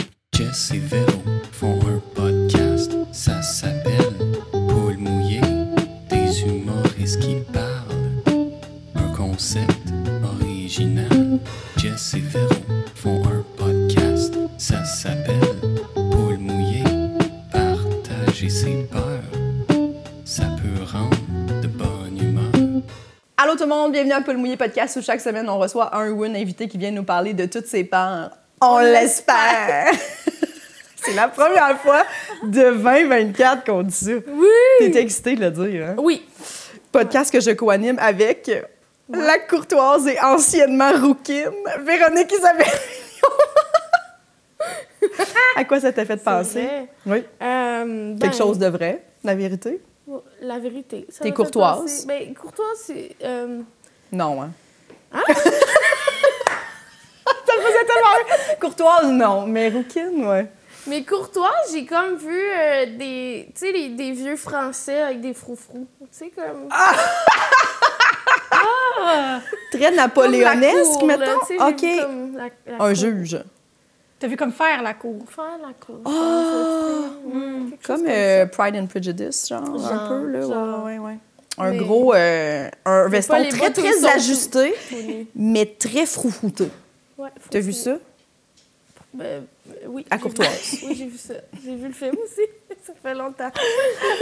et Véro font un podcast. Ça s'appelle Paul Mouillé, des humoristes qui parlent. Un concept original. Jess et Véro font un podcast. Ça s'appelle Paul Mouillé, partager ses peurs. Ça peut rendre de bonne humeur. Allô tout le monde, bienvenue à Paul Mouillé Podcast où chaque semaine on reçoit un ou une invité qui vient nous parler de toutes ses peurs. On l'espère! C'est la première fois de 2024 qu'on dit ça. Oui! T'es excitée de le dire, hein? Oui. Podcast que je co-anime avec la courtoise et anciennement rouquine, Véronique Isabelle. à quoi ça t'a fait penser? vrai. Oui. Euh, ben, Quelque chose de vrai, la vérité? La vérité. ça T'es m'a fait courtoise? penser- Ben, courtoise, c'est. euh, Non, hein? Ah! Ça me faisait tellement rire. Courtoise, non, mais rouquine, ouais. Mais courtoise, j'ai comme vu euh, des. Tu sais, les- des vieux Français avec des froufrous. Tu sais, comme. Ah, Très comme la napoléonesque, cour, là, tu sais, mettons. j'ai OK. vu comme la- la Un cour. juge. T'as vu comme faire la cour. Faire la cour. Ah! Quelque chose Comme euh, Pride and Prejudice, genre, un Genre, peu, là. genre. Ouais, ouais, ouais. Un Mais- gros... euh, un veston les très, bas, tous très sautés. ajusté, ça. Tourner. mais très froufrouteux. Ouais, faut T'as que- vu ça? Ben, euh, oui. À j'ai Courtoise. vu- Oui, j'ai vu ça. J'ai vu le film aussi. ça fait longtemps.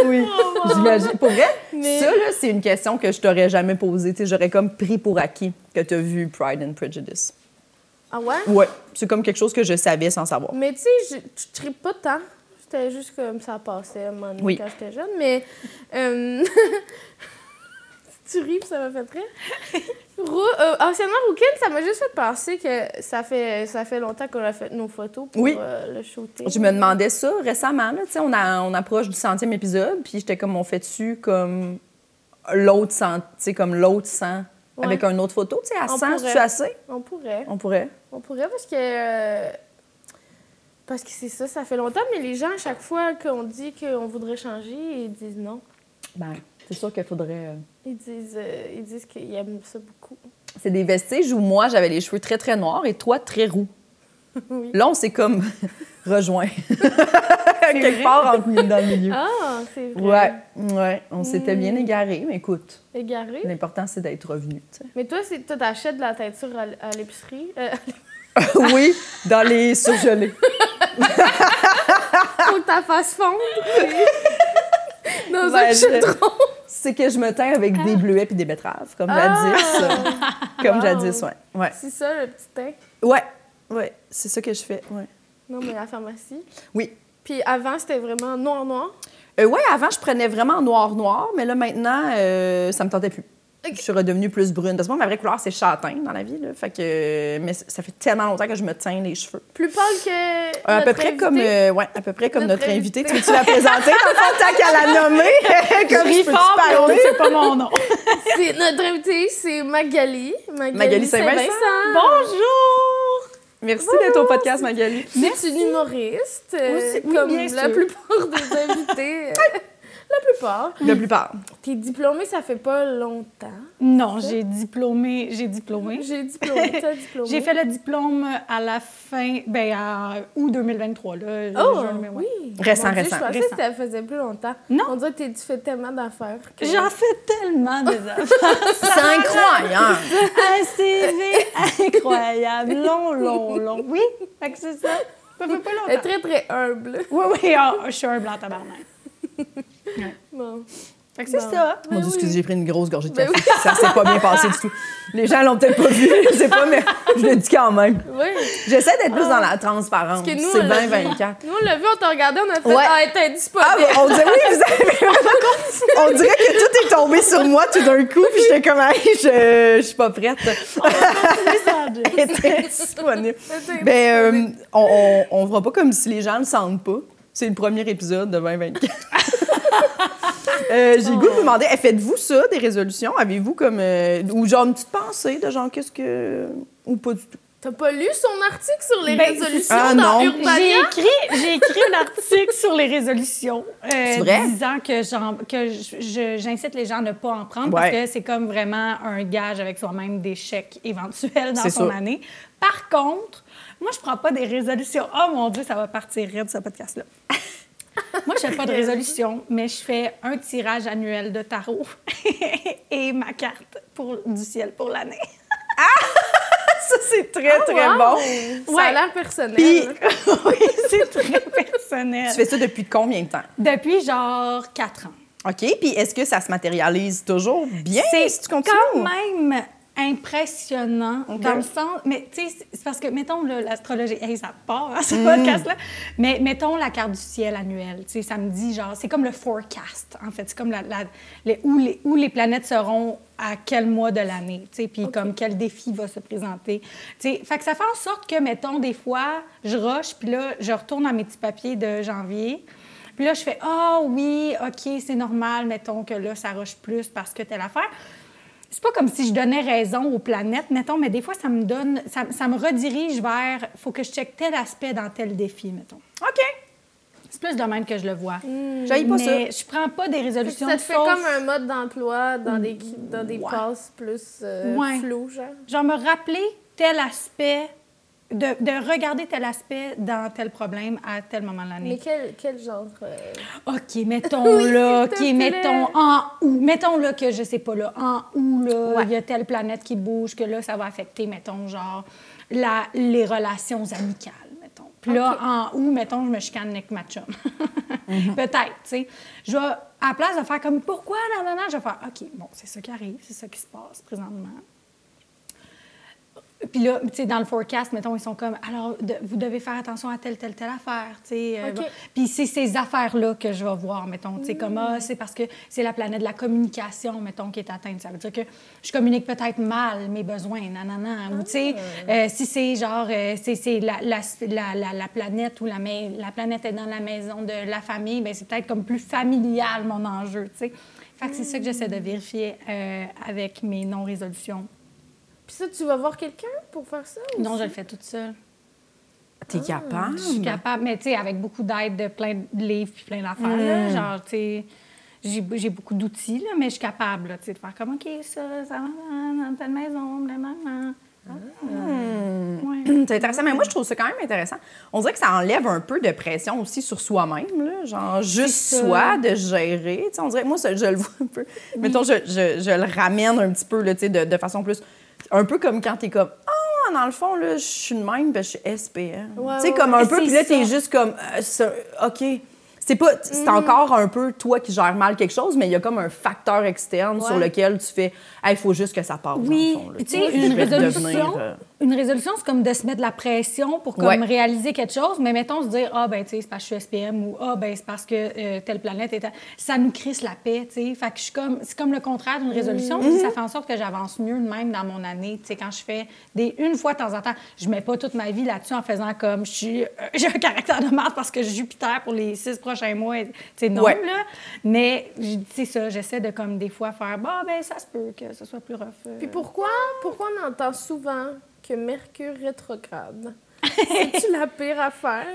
Oui. J'imagine. Pour vrai, Mais- ça, là, c'est une question que je t'aurais jamais posée. Tu sais, J'aurais comme pris pour acquis que t'as vu Pride and Prejudice. Ah ouais? Ouais. C'est comme quelque chose que je savais sans savoir. Mais tu sais, je- tu tripes pas tant. C'était juste comme ça passait à un moment donné Oui. quand j'étais jeune. Mais. euh, tu ris, puis ça m'a fait rire. Rou- euh, anciennement, Rookin, ça m'a juste fait penser que ça fait, ça fait longtemps qu'on a fait nos photos pour Oui. euh, le shooter. Je me demandais ça récemment. Là, Tu sais, on, a- on approche du centième épisode, puis j'étais comme, on fait-tu comme l'autre cent, tu sais, comme l'autre cent, Ouais. avec une autre photo, tu sais, à On 100, pourrait. c'est assez? On pourrait. On pourrait. On pourrait parce que. euh, parce que c'est ça, ça fait longtemps, mais les gens, à chaque fois qu'on dit qu'on voudrait changer, ils disent non. Ben, c'est sûr qu'il faudrait... euh, Ils disent, euh, ils disent qu'ils aiment ça beaucoup. C'est des vestiges où moi, j'avais les cheveux très, très noirs et toi, très roux. Oui. Là, on s'est comme rejoint. Quelque vrai? part entre, dans le milieu. Ah, c'est Ouais, Mm. vrai. ouais, on s'était bien égarés, mais écoute, Égaré. l'important, c'est d'être revenu, tu sais. Mais toi, c'est- toi, t'achètes de la teinture à, l- à l'épicerie. Euh, oui, dans les surgelés. faut que ta face fonde. Dans Ben, un je- chaudron. Ah. C'est que je me teins avec des bleuets puis des betteraves, comme jadis. Comme Wow. jadis, ouais. Ouais, C'est ça, le petit teint. ouais, ouais. c'est ça que je fais, ouais. Non, mais à la pharmacie. Oui. Puis avant, c'était vraiment noir-noir. Euh, ouais, avant, je prenais vraiment noir-noir, mais là, maintenant, euh, ça me tentait plus. Ok. Je suis redevenue plus brune. Parce que moi, ma vraie couleur, c'est châtain dans la vie. Là. Fait que, mais c- ça fait tellement longtemps que je me teins les cheveux. Plus pâle que. Euh, à, notre peu près invité. comme, euh, ouais, à peu près comme notre, Notre invitée. Tu invitée. veux-tu la présenter? Dans le fond, tant qu'à la nommer, comme je Ris peux fort, mais on parler. dit c'est pas mon nom. C'est- Notre invité, c'est Magali. Magali, Magali Saint-Vincent. Bonjour! Merci d'être au podcast, Magali. C'est une humoriste. euh, Aussi- oui, comme bien la sûr. plupart des invités. euh, la plupart. La plupart. T'es diplômée, ça fait pas longtemps. Non, j'ai diplômé, j'ai diplômé. J'ai diplômé, t'as diplômé. J'ai fait le diplôme à la fin, ben à août 2023 là. Oh, juin, mais ouais. oui. Récent, Mon Dieu, récent, Je pensais récent. que ça faisait plus longtemps. Non. On dirait que t'es- tu fais tellement d'affaires. que- J'en fais tellement des affaires. C'est incroyable! Un CV incroyable, long, long, long. Oui, fait que c'est ça. Ça fait pas Elle est longtemps. très, très humble. Oui, oui, ah, je suis un blanc tabarnak. Bon. Fait que c'est Bon. ça. Mon Ben Dieu, excusez, oui. j'ai pris une grosse gorgée de Ben café. Ça s'est pas bien passé du tout. Les gens l'ont peut-être pas vu, je sais pas, mais je le dis quand même. Oui. J'essaie d'être plus dans la transparence. Parce C'est que nous, on l'a vu. 2024. Nous, on l'a vu, on t'a regardé, on a fait Ouais. Ah, elle était disponible. Ah, ben, on dirait, oui, vous avez vraiment- On dirait que tout est tombé sur moi tout d'un coup, puis j'étais comme, Hey, je, je suis pas prête. J'étais disponible. Elle était disponible. Ben, euh, on, on, on fera pas comme si les gens le sentent pas. C'est le premier épisode de 2024. Euh, J'ai le goût de vous demander, eh, faites-vous ça, des résolutions? Avez-vous comme. euh, ou genre une petite pensée de genre, qu'est-ce que. Ou pas du tout? T'as pas lu son article sur les Ben, résolutions ah, dans non. J'ai Urbania? écrit, j'ai écrit un article sur les résolutions euh, vrai? disant que j'en- que je- je- j'incite les gens à ne pas en prendre parce Ouais. que c'est comme vraiment un gage avec soi-même d'échec éventuel dans C'est son sûr. année. Par contre, Moi, je prends pas des résolutions. Oh mon Dieu, ça va partir raide, ce podcast-là. Moi, je fais pas de résolution, mais je fais un tirage annuel de tarot et ma carte pour, du ciel pour l'année. Ça, c'est très, très wow! bon. Ça a Ouais. l'air personnel. Ah, hein. Puis, oui, c'est très personnel. tu fais ça depuis combien de temps? Depuis genre quatre ans. OK. Puis, est-ce que ça se matérialise toujours bien é si tu continues? quand même impressionnant Ok. dans le sens. Mais tu sais, c'est- c'est parce que, mettons, là, l'astrologie, hey, ça part, hein, ce podcast-là. Mais mettons la carte du ciel annuelle. Tu sais, ça me dit genre, c'est comme le forecast, en fait. C'est comme la, la- les- où, les, où les planètes seront à quel mois de l'année, tu sais, puis comme quel défi va se présenter. Tu sais, fait que ça fait en sorte que, mettons, des fois, je rush, puis là, je retourne à mes petits papiers de janvier. Puis là, je fais Ah oui, OK, c'est normal, mettons que là, ça rush plus parce que telle affaire. C'est pas comme si je donnais raison aux planètes, mettons, mais des fois, ça me donne, ça, ça me redirige vers faut que je check tel aspect dans tel défi, mettons. OK. C'est plus de même que je le vois. Hmm. J'aille pas mais ça. je prends pas des résolutions. Ça te fait sauf- comme un mode d'emploi dans des, dans des Ouais. passes plus euh, Ouais. floues, genre. genre me rappeler tel aspect, de, de regarder tel aspect dans tel problème à tel moment de l'année. Mais quel, quel genre? euh, OK, mettons là, s'il te OK, plaît. mettons en août, mettons là que je sais pas là, en août là, il y a telle planète qui bouge que là ça va affecter mettons genre la, les relations amicales, mettons. Puis là en août, mettons je me chicane avec ma chum. Peut-être, tu sais. Je vais à la place de faire comme pourquoi non non non, je vais faire OK, bon, c'est ça qui arrive, c'est ça qui se passe présentement. Puis là, tu sais, dans le forecast, mettons, ils sont comme, alors, de- vous devez faire attention à telle, telle, telle affaire, tu sais. euh, OK. bon. Puis c'est ces affaires-là que je vais voir, mettons, tu sais, comme, ah, c'est parce que c'est la planète de la communication, mettons, qui est atteinte. Ça veut dire que je communique peut-être mal mes besoins, nanana. Ou, tu sais, euh, si c'est genre, euh, c'est- c'est la, la, la- la- la planète ou la, mai- la planète est dans la maison de la famille, ben c'est peut-être comme plus familial, mon enjeu, tu sais. Fait que c'est ça que j'essaie de vérifier euh, avec mes non-résolutions. Puis ça, tu vas voir quelqu'un pour faire ça? ou Non, je c'est- le fais toute seule. T'es capable. Je suis capable, mais tu sais, avec beaucoup d'aide de plein de livres puis plein d'affaires. là, Genre, tu sais, j'ai j'ai beaucoup d'outils, là, mais je suis capable, là, tu sais, de faire comme, OK, ça, ça va dans telle maison, blablabla. Ah, ouais. C'est intéressant, mais moi, je trouve ça quand même intéressant. On dirait que ça enlève un peu de pression aussi sur soi-même, là. genre juste ça. soi, de gérer. Tu sais, on dirait, moi, ça, je le vois un peu. Mettons, je, je- je le ramène un petit peu là, tu sais, de, de façon plus. Un peu comme quand t'es comme, ah, dans le fond, là, je suis de même, ben, je suis SPM. Ouais, tu sais, ouais, comme ouais. un peu, C'est puis là, t'es ça. Mm. juste comme, Euh, ça- OK. C'est pas, c'est encore un peu toi qui gères mal quelque chose, mais il y a comme un facteur externe sur Ouais. lequel tu fais, il faut juste que ça passe. dans le Oui, fond, là. tu sais, Je une vais résolution, devenir, euh, une résolution, c'est comme de se mettre la pression pour comme Ouais. réaliser quelque chose, mais mettons se dire ah ben tu sais c'est parce que je suis SPM ou ah ben c'est parce que euh, telle planète est à- ça nous crisse la paix, tu sais. Fait que je suis comme c'est comme le contraire d'une résolution, puis ça fait en sorte que j'avance mieux de même dans mon année, tu sais quand je fais des une fois de temps en temps, je mets pas toute ma vie là-dessus en faisant comme je suis euh, j'ai un caractère de marde parce que Jupiter pour les six prochains mois, tu sais non Ouais. là, mais je- c'est ça, j'essaie de comme des fois faire bah ben ça se peut que ce soit plus rough. euh, Puis pourquoi, pourquoi on entend souvent que Mercure rétrograde? C'est-tu la pire affaire?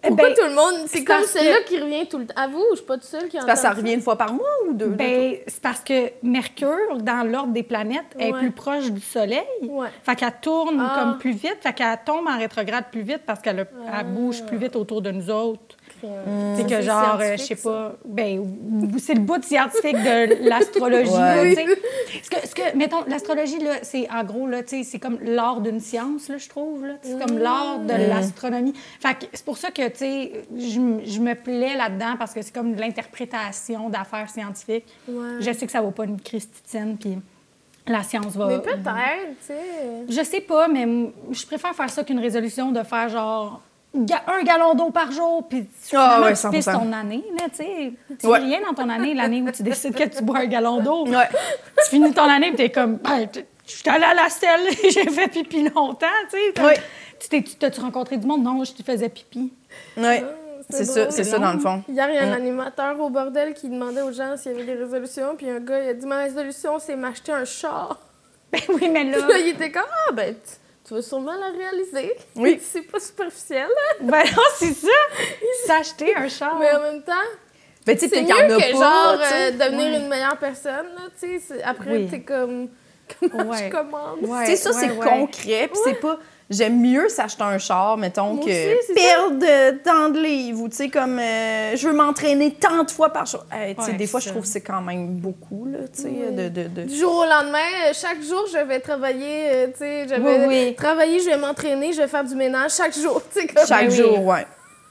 Pourquoi ben, tout le monde... C'est c'est comme parce celle-là qui revient tout le temps. À vous, je suis pas toute seule qui entend C'est parce que ça revient une fois par mois ou deux? Ben, c'est parce que Mercure, dans l'ordre des planètes, est Ouais. plus proche du Soleil. Ouais. Fait qu'elle tourne Ah. comme plus vite, fait qu'elle tombe en rétrograde plus vite parce qu'elle a- elle bouge plus vite autour de nous autres. Mm. C'est Ça, que c'est genre, euh, je scientifique, sais ça. pas, ben, ou- ou- c'est le bout scientifique de l'astrologie. là, Ouais. tu sais. Ce que, ce que, mettons, l'astrologie, là, c'est en gros, là, tu sais, c'est comme l'art d'une science, là, je trouve. là. C'est comme l'art de l'astronomie. Fait que c'est pour ça que, tu sais, je, m- je me plais là-dedans parce que c'est comme de l'interprétation d'affaires scientifiques. Ouais. Je sais que ça vaut pas une christitienne, puis la science va... Mais peut-être, tu sais. Je sais pas, mais m- je préfère faire ça qu'une résolution de faire genre ga- un gallon d'eau par jour, puis Ah finalement, ouais, tu pisses 100%. ton année, là, tu sais. Tu Ouais. fais rien dans ton année, l'année où tu décides que tu bois un gallon d'eau. Ouais. Tu finis ton année, puis t'es comme, ben, t- je suis allée à la selle, j'ai fait pipi longtemps, tu sais. Ouais. Tu t'es- tu- T'as-tu rencontré du monde? Non, je te faisais pipi. Oui, c'est c'est drôle. ça, c'est ça dans le fond. Mm. Hier, il y a un animateur au bordel qui demandait aux gens s'il y avait des résolutions, puis un gars, il a dit « Ma résolution, c'est m'acheter un char. Ben oui, mais » là, Là, il était comme « Ah, ben, tu, tu vas sûrement la réaliser. Oui. C'est pas superficiel, ben non, c'est ça! S'acheter un char. mais en même temps... Mais tu sais, C'est peut-être mieux qu'il y en a que pas, genre tu sais. euh, devenir une meilleure personne, là, tu sais. c'est- Après, Oui. t'es comme, comment je Ouais. commande? Ouais, Tu sais, ça, ouais, c'est ouais. concret, puis c'est pas... J'aime mieux s'acheter un char, mettons, Moi que aussi, c'est perdre euh, tant de livres ou, tu sais, comme euh, je veux m'entraîner tant de fois par jour. Hey, tu sais, Ouais, des fois, c'est je ça. trouve que c'est quand même beaucoup, là, tu sais, Oui. de. de, de- Du jour au lendemain, euh, chaque jour, je vais travailler, euh, tu sais, je vais Oui, oui. travailler, je vais m'entraîner, je vais faire du ménage chaque jour, tu sais, comme... Chaque oui. jour, ouais.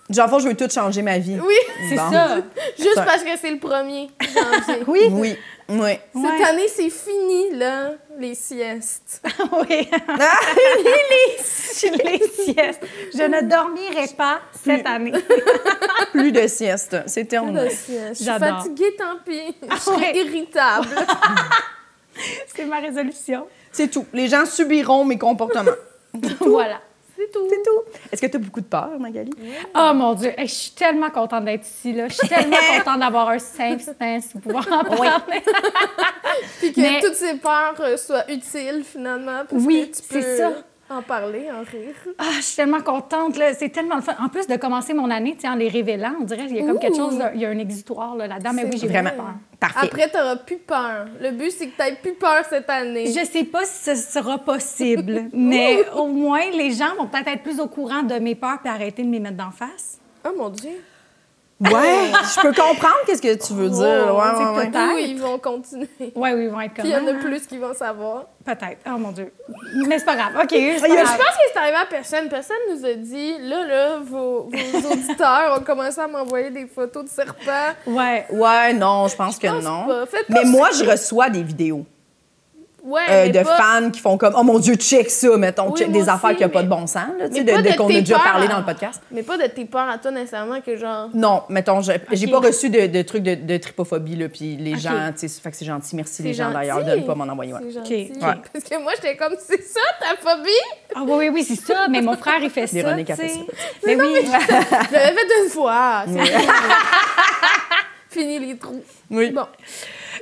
Genre, je veux tout changer ma vie. Ben Oui, C'est Bon. ça. juste Ça- parce que c'est le premier janvier. Oui. Oui, oui. Cette Ouais. année, c'est fini, là, les siestes. oui. les siestes. Je ne dormirai pas cette année. Plus de sieste. C'est terminé. Les siestes. Je suis Ah J'adore. Ah fatiguée, tant pis. Je suis ouais. irritable. C'est ma résolution. C'est tout. Les gens subiront mes comportements. Voilà. C'est tout. C'est tout. Est-ce que tu as beaucoup de peur, Magali? Oh mon Dieu, Hey, je suis tellement contente d'être ici. Là. Je suis tellement contente d'avoir un safe space pour pouvoir en parler. Puis que Mais- toutes ces peurs euh, soient utiles, finalement, parce Oui, que tu c'est peux ça. en parler, en rire. Ah, je suis tellement contente. là. C'est tellement le fun. En plus de commencer mon année tu sais, en les révélant, on dirait qu'il y a comme Ouh. quelque chose, de- il y a un exutoire là, là-dedans. Mais C'est oui, j'ai Vraiment. vraiment peur. Parfait. Après, t'auras plus peur. Le but, c'est que t'aies plus peur cette année. Je sais pas si ce sera possible, mais au moins les gens vont peut-être être plus au courant de mes peurs et arrêter de me les mettre d'en face. Oh mon Dieu. Ouais, je peux comprendre qu'est-ce que tu veux dire. c'est Ouais, ouais, Ah ouais. peut-être. Peut-être. Oui, ils vont continuer. Puis Ouais, oui, ils vont être comme il y en a Ah, plus qui vont savoir. Peut-être. Oh mon Dieu. Mais c'est pas grave. OK. c'est pas Il y a- Je grave. pense que c'est arrivé à personne. Personne nous a dit, là, là, vos, vos auditeurs ont commencé à m'envoyer des photos de serpents. Ouais. Ouais, non, je pense que pense non. pas. Faites Mais pas moi, ça. je reçois des vidéos Ouais, euh, mais de pas- fans qui font comme Oh mon Dieu, check ça, mettons, Oui, check moi des aussi, affaires qui n'ont pas mais- de bon sens, là, tu sais, mais de, pas de- de qu'on tes a déjà peurs. parlé dans le podcast. Mais pas de tes peurs à toi nécessairement que genre. Non, mettons, j'ai j'ai Ok. pas reçu de, de trucs de, de tripophobie, là, puis les Ok. gens, tu sais, fait que c'est gentil. Merci c'est les gens d'ailleurs de gentil. ne pas m'en envoyer. ouais. C'est Ok. gentil. Ouais. Parce que moi, j'étais comme, c'est ça ta phobie? Ah oui, oui, oui, c'est ça. Mais mon frère, il fait ça. Véronique a fait tu sais. ça. Mais oui. Je l'avais fait une fois. c'est bon. Fini les trous. Oui. Bon.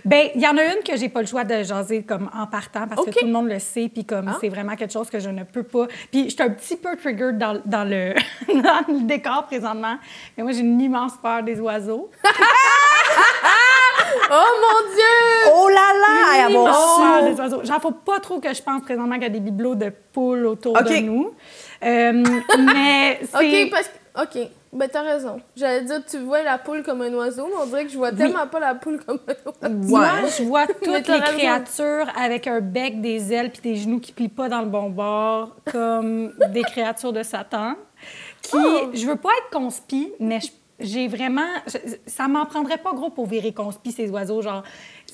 Ben, il y en a une que j'ai pas le choix de jaser comme en partant parce OK. que tout le monde le sait puis comme Ah. c'est vraiment quelque chose que je ne peux pas. Puis je suis un petit peu triggered dans, dans le dans le décor présentement, mais moi j'ai une immense peur des oiseaux. Ah, Oh mon Dieu! Oh là là, elle va Immense avoir peur des oiseaux. Genre faut pas trop que je pense présentement qu'il y a des bibelots de poules autour OK. de nous. Euh, mais c'est Ok, parce que. Ok. Ben, t'as raison. J'allais dire, tu vois la poule comme un oiseau, mais on dirait que je vois tellement pas la poule comme un oiseau. Moi, Ouais. je vois toutes les t'aurais raison. créatures avec un bec, des ailes puis des genoux qui plient pas dans le bon bord, comme des créatures de Satan. Qui, Oh! je veux pas être conspi, mais je- j'ai vraiment, je- ça m'en prendrait pas gros pour virer conspi ces oiseaux. Genre,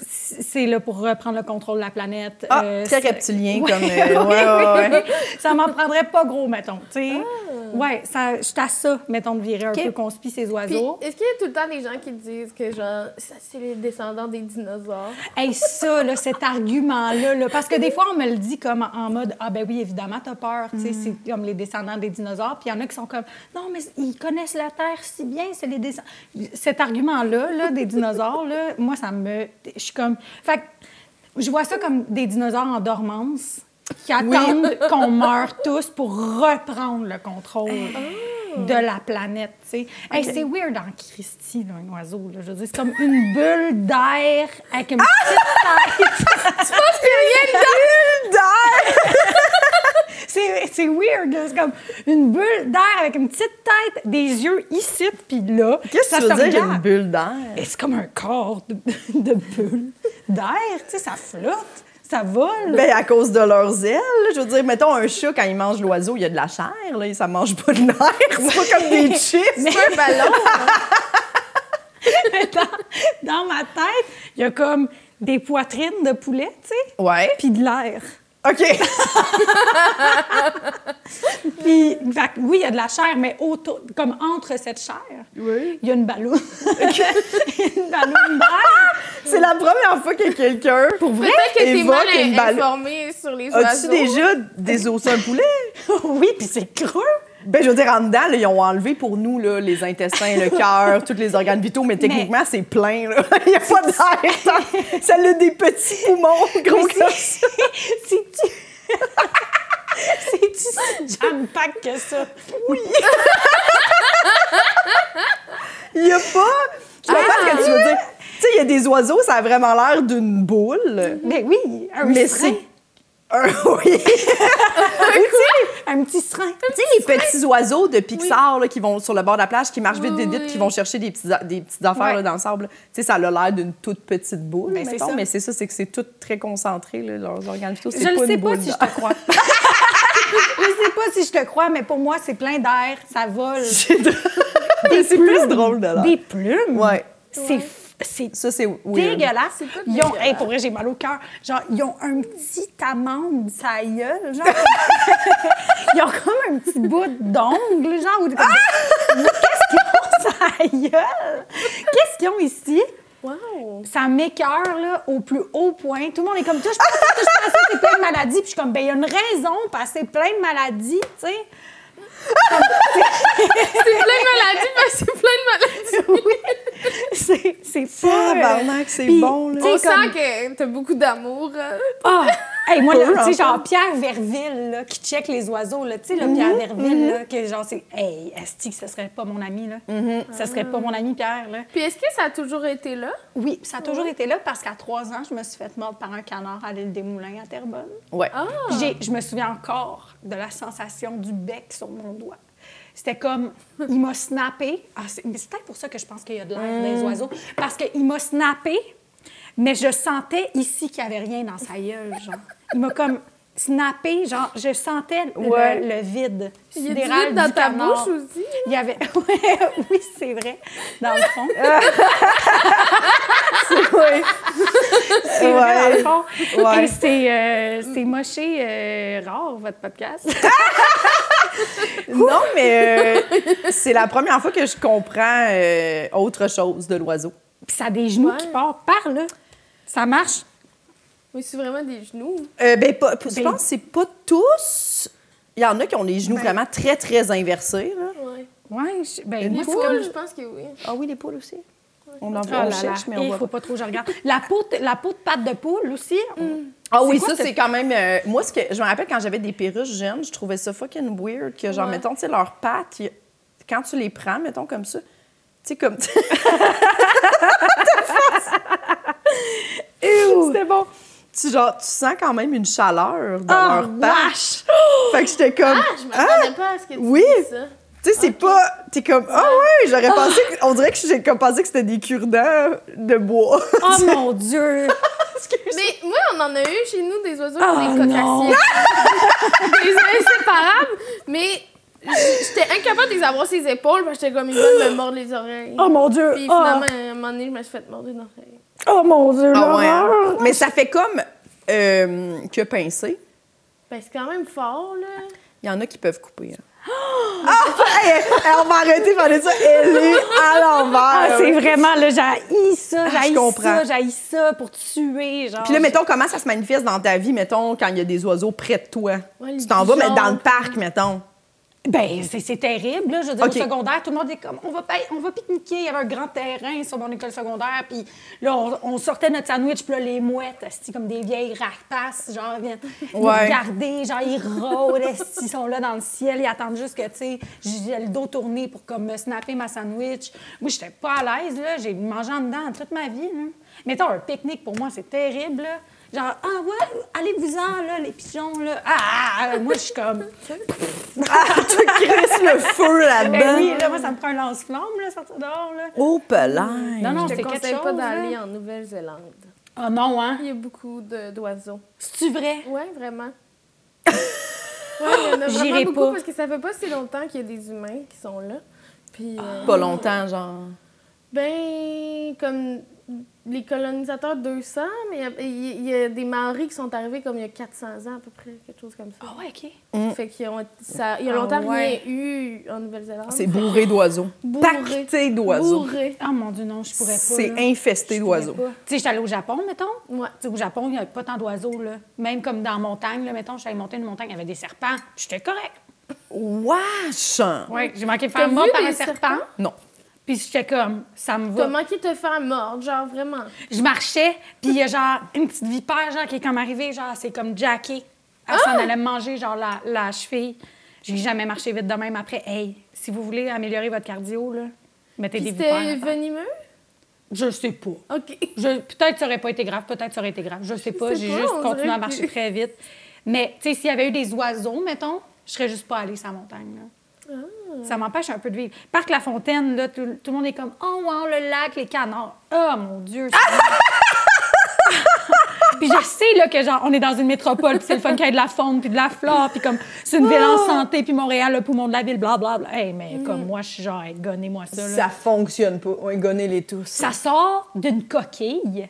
c'est là pour reprendre le contrôle de la planète. Ah, Euh, très c'est- reptilien Ouais, comme. euh, ouais, ouais, oui, oui, ouais. Ah. oui. Ça m'en prendrait pas gros, mettons. tu sais. Ouais, ça, je suis à ça, mettons, de virer un OK. peu conspi ces Puis, oiseaux. est-ce qu'il y a tout le temps des gens qui disent que, genre, ça, c'est les descendants des dinosaures? Hey, ça, là, cet argument-là, là, parce que des fois, on me le dit comme en mode Ah, ben oui, évidemment, t'as peur. tu sais, C'est comme les descendants des dinosaures. Puis il y en a qui sont comme Non, mais ils connaissent la Terre si bien, c'est les descendants. Cet argument-là, là, des dinosaures, là, moi, ça me. Je suis comme. Fait que je vois ça comme des dinosaures en dormance qui attendent qu'on meure tous pour reprendre le contrôle. Ah. de la planète, tu sais. Hey, c'est weird en Christie, là, un oiseau, là. Je veux dire, c'est comme une bulle d'air avec Ah! une petite tête. C'est, c'est weird, là. C'est comme une bulle d'air avec une petite tête, des yeux ici, puis là. Qu'est-ce ça que tu se veux dire, regarde. une bulle d'air? Et c'est comme un corps de, de bulle d'air, tu sais, ça flotte, ça vole. Ben, à cause de leurs ailes. là. Je veux dire, mettons, un chat, quand il mange l'oiseau, il y a de la chair, là, ça mange pas de l'air. C'est pas comme des chips. Un ballon? Ben, dans, dans ma tête, il y a comme des poitrines de poulet, tu sais, Ouais. puis de l'air. OK. Puis, fait que oui, il y a de la chair, mais autour, comme entre cette chair, Oui. il y a une balloune. Il y a une balloune d'air. C'est la première fois que quelqu'un pour vrai Peut-être que t'es évoque mal une balle. informé sur les As-tu oiseaux. déjà désossé un poulet? oui, puis c'est creux. Ben, je veux dire, en dedans, là, ils ont enlevé pour nous là, les intestins, le cœur, tous les organes vitaux, mais techniquement, c'est plein. Là. Il n'y a pas d'air. Ça- Ça a des petits poumons gros Mais comme ça. c'est- C'est-tu... C'est-tu si jam-pack que ça? Il n'y a pas. Je comprends ce que tu veux dire. Ah! Tu sais, il y a des oiseaux, ça a vraiment l'air d'une boule. Mais oui, un Mais frein. c'est Un, oui. Un petit serin. tu sais, les petits oiseaux de Pixar là, qui vont sur le bord de la plage, qui marchent Oui, vite, vite, vite, oui. qui vont chercher des, petits, a- des petites affaires Ouais. là, dans le sable. Tu sais, ça a l'air d'une toute petite boule, Ben, c'est mettons, ça. mais c'est ça, c'est que c'est tout très concentré, là, leurs organes vitaux. Je c'est ne une sais pas boule, si je là. te crois. je sais pas si je te crois, mais pour moi, c'est plein d'air, ça vole. C'est drôle. Mais c'est plus drôle de là. Des plumes? Ouais. C'est f- c'est Ça, c'est weird. dégueulasse. C'est tout Ils ont, dégueulasse. hey, pour vrai, j'ai mal au cœur. Genre, ils ont un petit amande, ça gueule, genre. ils ont comme un petit bout d'ongle, genre. ou de- Ah! Qu'est-ce qu'ils ont, ça gueule? Qu'est-ce qu'ils ont ici? Wow! Ça m'écœure, là, au plus haut point. Tout le monde est comme, touche pas à ça, touche pas à ça, c'est plein de maladies. Puis je suis comme, ben, il y a une raison, parce que c'est plein de maladies, tu sais. C'est plein de maladies, parce que c'est plein de maladies. C'est c'est fou. Tabarnak, c'est Puis, bon, là. tu On sais, comme- sent que t'as beaucoup d'amour. euh. Ah! Hey, moi, là, Peu, tu sais, enfin. genre Pierre Verville, là, qui check les oiseaux, là, tu sais, là, Mhm, Pierre Verville, là, que genre, c'est. Hey, Asti, ça serait pas mon ami, là. Mhm. Ça serait pas mon ami, Pierre, là. Puis est-ce que ça a toujours été là? Oui, ça a toujours été là parce qu'à trois ans, je me suis fait mordre par un canard à l'île des Moulins à Terrebonne. Ouais. Ah! Puis j'ai- Je me souviens encore de la sensation du bec sur mon doigt. C'était comme, il m'a snappé. Ah, c'est- mais c'est peut-être pour ça que je pense qu'il y a de l'air Hmm. des oiseaux. Parce qu'il m'a snappé, mais je sentais ici qu'il n'y avait rien dans sa gueule, genre. Il m'a comme snappé, genre, je sentais le, Ouais. le vide Il y a du sidéral vide dans du ta canard. bouche aussi. Il y avait... Ouais, oui, c'est vrai, dans le fond. Ah, Ouais. C'est vrai, dans le Ouais. fond. Ouais. Et c'est, euh, c'est moché euh, rare, votre podcast. Non, mais euh, c'est la première fois que je comprends euh, autre chose de l'oiseau. Puis ça a des genoux Ouais. qui partent par là. Ça marche. Mais c'est vraiment des genoux. Euh, ben, pas- p- je Ben- pense que c'est pas tous. Il y en a qui ont les genoux vraiment très, très inversés. là. Ouais. Ouais, je- ben, Les moi, c'est poules, comme- je pense que oui. Ah oui, les poules aussi. On en Oh voit, là on là. cherche, mais Et on Il voit faut pas. pas trop que je regarde. La peau de, la peau de patte de poule aussi. Hmm. Ah oui, quoi ça, cette- c'est quand même. euh, moi, ce que je me rappelle quand j'avais des perruches jeunes, je trouvais ça fucking weird que, genre, Ouais. mettons, tu sais, leurs pattes, il y a- quand tu les prends, mettons, comme ça, tu sais, comme. C'était bon. Tu, genre, tu sens quand même une chaleur dans Ah, leurs pattes. wesh! Fait que j'étais comme. Ah, je m'attendais pas à ce que tu oui. dises ça. Tu sais, c'est pas. T'es comme. Ah ouais, j'aurais pensé. que- On dirait que j'ai comme pensé que c'était des cure-dents de bois. Oh mon Dieu! Mais moi, on en a eu chez nous des oiseaux Oh, qui ont des non. cocassiers. des inséparables. Mais j- j'étais incapable de les avoir sur les épaules parce que j'étais comme ils veulent me mordre les oreilles. Oh mon Dieu! Puis Oh, finalement, à un moment donné, je me suis fait mordre une oreille. oh mon Dieu! Ah ouais, hein? l'horreur! Mais ça fait comme euh, que pincer. Ben, c'est quand même fort, là. Il y en a qui peuvent couper. hein. Ah! hey, hey, on va arrêter de parler de ça. Elle est à l'envers. Ah, c'est vraiment, là, j'haïs ça, Ah, je j'haïs ça, comprends. j'haïs ça pour tuer, genre. Puis là, mettons, comment ça se manifeste dans ta vie, mettons, quand il y a des oiseaux près de toi? Ouais, les tu t'en vas, mais pigeons. dans le parc, mettons. Ben, c'est c'est terrible, là. Je veux dire, OK. au secondaire, tout le monde est comme, on va, pa- on va pique-niquer. Il y avait un grand terrain sur mon école secondaire. Puis là, on, on sortait notre sandwich, puis là, les mouettes, esti, comme des vieilles rapaces, genre, viennent nous Ouais. regarder, genre, ils rôdent, esti, ils sont là dans le ciel, ils attendent juste que, tu sais, j'ai le dos tourné pour comme me snapper ma sandwich. Moi, j'étais pas à l'aise, là. J'ai mangé en dedans toute ma vie, là. Mettons, un pique-nique, pour moi, c'est terrible, là. Genre, ah ouais, allez-vous-en, là, les pigeons, là. Ah, ah, ah, moi, je suis comme... Reste Ah, le feu Ben oui, là-dedans. là, moi, ça me prend un lance-flamme, là, sortir dehors, là. Oh, pelin. Non, non, Je c'est te quelque conseille chose, pas là. d'aller en Nouvelle-Zélande. Ah non, hein? hein. Il y a beaucoup de- d'oiseaux. C'est-tu vrai? Ouais, vraiment. Ouais, il y en a J'irai vraiment beaucoup pas. parce que ça fait pas si longtemps qu'il y a des humains qui sont là. Puis, Ah. euh, Pas longtemps, genre. ben, comme les colonisateurs 200, mais il y a- il y, a des Maoris qui sont arrivés comme il y a 400 ans à peu près, quelque chose comme ça. Ah ouais, OK. Mm. Fait qu'ils ont, ça, il y a Ah longtemps ouais. rien eu en Nouvelle-Zélande. C'est bourré d'oiseaux. Bourré. Pacté d'oiseaux. Bourré. Ah mon Dieu, non, je pourrais pas. C'est là. infesté Je d'oiseaux. pourrais pas. Tu sais, j'étais allée au Japon, mettons. Ouais. Tu sais, au Japon, il n'y a pas tant d'oiseaux, là. Même comme dans la montagne, là, mettons, j'allais monter une montagne, il y avait des serpents. puis J'étais correct. Wesh! Oui, j'ai manqué de T'as faire vu mort par des un serpent. serpents? Non. Puis j'étais comme, ça me va. T'as manqué de te faire mordre, genre vraiment. Je marchais, puis il y a genre une petite vipère, genre, qui est comme arrivée, genre, c'est comme Jackie. Elle s'en allait me manger, genre, la, la cheville. J'ai jamais marché vite de même après. Hey, si vous voulez améliorer votre cardio, là, mettez des vipères. hein. C'était à terre. venimeux? Je sais pas. OK. Je- Peut-être ça aurait pas été grave, peut-être ça aurait été grave. Je sais pas, sais j'ai pas, juste on continué à dirait marcher que- très vite. Mais, tu sais, s'il y avait eu des oiseaux, mettons, je serais juste pas allée sur la montagne, là. Ah. Ça m'empêche un peu de vivre. Parc La Fontaine, là, tout, tout le monde est comme Oh, wow, le lac, les canards. Oh mon Dieu! c'est- puis je sais là, que genre, on est dans une métropole, puis c'est le fun qu'il y ait de la faune, puis de la flore, puis comme c'est une ville en Oh! santé, puis Montréal, le poumon de la ville, blablabla. Hey, mais Mm-hmm. comme moi, je suis genre, hey, gonnez-moi ça. là. Ça fonctionne pas. On gonnez les tous. Ça sort d'une coquille.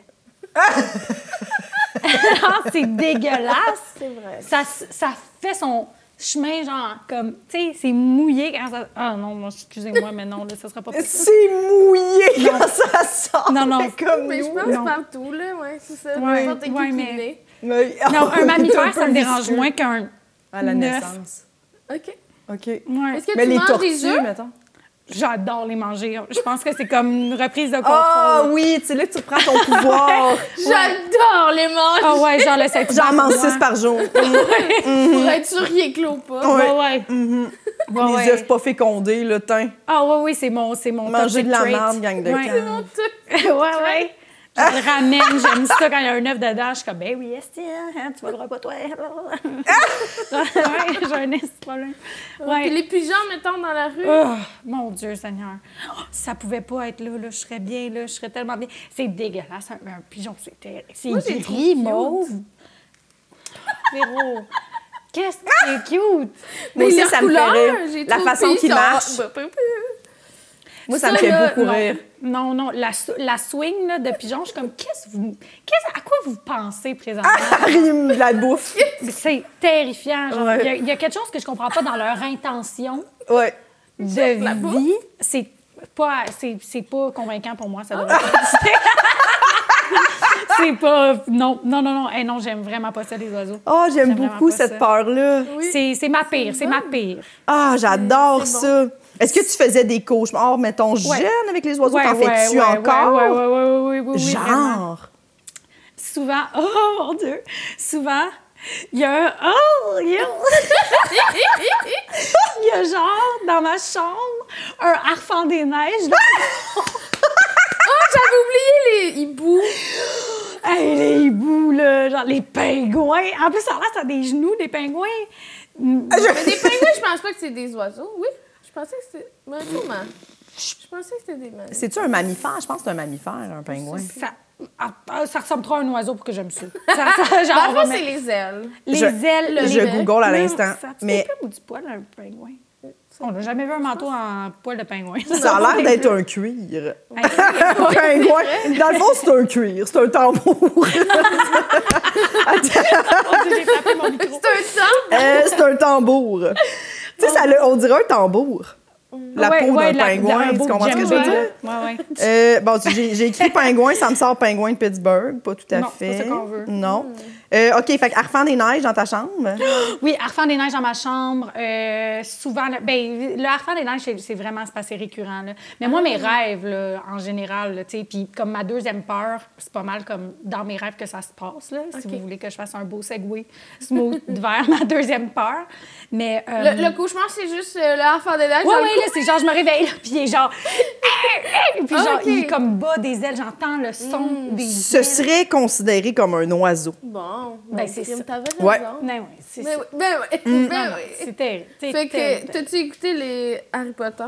Ah, c'est dégueulasse. C'est vrai. Ça, s- ça fait son chemin, genre, comme, tu sais, c'est mouillé quand ça. Ah non, non, excusez-moi, mais non, là, ça sera pas possible. C'est mouillé quand ça sort. Non, non. C'est comme Mais je nous. pense Non. partout, là, ouais, c'est ça. Ouais, N'importe qui ouais, qui mais- naît. Mais- Non, on est un mammifère, peu ça me dérange vicieux moins qu'un. À la neuf. naissance. OK. OK. Ouais. Est-ce que Mais tu les manges des tortues, œufs? mettons. J'adore les manger. Je pense que c'est comme une reprise de contrôle. Ah Ah oui, c'est là que tu prends ton pouvoir. J'adore les manger! Ah, Ah ouais, genre le septembre. J'en mange six par jour. Pour être sûr qu'il éclot pas. Ouais. Mm-hmm. Ouais, ouais. Ouais, Les Ah ouais. œufs pas fécondés, le teint. Ah ouais, oui, c'est mon, c'est mon Manger toxic de la trait. marde, gang de ouais. camp. Mon truc. ouais, ouais. Je le ramène, j'aime ça quand il y a un œuf dedans. Je suis comme, ben oui, est hein, tu vas le repotoir. ouais, j'ai un esti de problème. Ouais. Puis les pigeons, mettons, dans la rue. Oh, mon Dieu, Seigneur. Oh, ça pouvait pas être là, là. Je serais bien, là. Je serais tellement bien. C'est dégueulasse, un, un pigeon. C'est terrible. C'est j'ai gris, mauve. Véro, qu'est-ce que c'est cute! Moi aussi, leur ça me fait couleur, rire. j'ai La trop Bah, façon pris, qu'il ça- marche. Moi, ça me fait là, beaucoup non. rire. Non, non, la, sou- la swing là, de pigeon, je suis comme, qu'est-ce que vous, qu'est-ce, à quoi vous pensez présentement? Rime de la bouffe. C'est terrifiant. genre. Ouais. Il, y a, il y a quelque chose que je comprends pas dans leur intention Ouais. la de bouffe? vie. C'est pas, c'est, c'est pas convaincant pour moi, ça devrait pas C'est pas. Non, non, non, non. Hey, non, j'aime vraiment pas ça, les oiseaux. Oh, j'aime J'aime vraiment beaucoup pas cette ça. peur-là. Oui. C'est, c'est ma pire, c'est ma pire. Ah, j'adore C'est bon. ça. Est-ce que tu faisais des cauchemars, mettons, jeune avec les oiseaux? T'en fais-tu encore? Ouais, ouais, ouais, ouais, ouais, ouais, oui, vraiment. Genre. souvent, oh mon Dieu, souvent, il y a un, oh, il y a, il y a genre dans ma chambre un harfang des neiges. là. Ah, j'avais oublié les hiboux. Hey, les hiboux, là, genre les pingouins. En plus, ça a l'air, ça a des genoux, des pingouins. Mais des pingouins, je pense pas que c'est des oiseaux. Oui, je pensais que c'était... Mais comment? Je pensais que c'était des mammifères. C'est-tu un mammifère? Je pense que c'est un mammifère, un pingouin. Ça, ah, ah, ça ressemble trop à un oiseau pour que j'aime ça. ça, ça genre, on va Ah, Parfois, c'est mettre les ailes. les Je- ailes, je les google à l'instant, Ça mais- mais... pas du poil, un pingouin. On n'a jamais vu un manteau en poil de pingouin. Ça a l'air d'être un cuir. Hey, Un pingouin. Dans le fond, c'est un cuir. C'est un tambour. mon Dieu, j'ai frappé mon micro. C'est un sang. Euh, c'est un tambour. tu sais, ça le- on dirait un tambour. La Ouais, peau d'un ouais, de la- de la- pingouin. un Tu beau comprends ce que je veux jumper, dire? là. Ouais, ouais. Euh, bon, tu- j'ai j'ai écrit pingouin, ça me sort pingouin de Pittsburgh, pas tout à Non, c'est fait. pas ça qu'on veut. Hmm. Non. Euh, OK, fait que Arfan des neiges dans ta chambre. Oui, harfang des neiges dans ma chambre. euh, souvent, le, ben, le harfang des neiges, c'est- c'est vraiment c'est assez récurrent. là. Mais moi, Ah. mes rêves, là, en général, là, tu sais, puis comme ma deuxième peur, c'est pas mal comme dans mes rêves que ça se passe. Là, Si Ok. vous voulez que je fasse un beau segway smooth vers ma deuxième peur. Mais. euh, Le, le cauchemar, c'est juste euh, le enfant des neiges. Ouais, dans ouais, le là, c'est genre, je me réveille, là, puis il est genre. puis Ah, genre, ok. Hmm. il comme bat des ailes, j'entends le son des Ce ailes. serait considéré comme un oiseau. cou. Bon, Ben, c'est crime, ça. T'avais Ouais. raison. Ben oui, c'est Mais ça. Mm, oui, ben oui, Non, ben non, oui. c'est terrible. c'est Fait terrible. que, t'as-tu écouté les Harry Potter?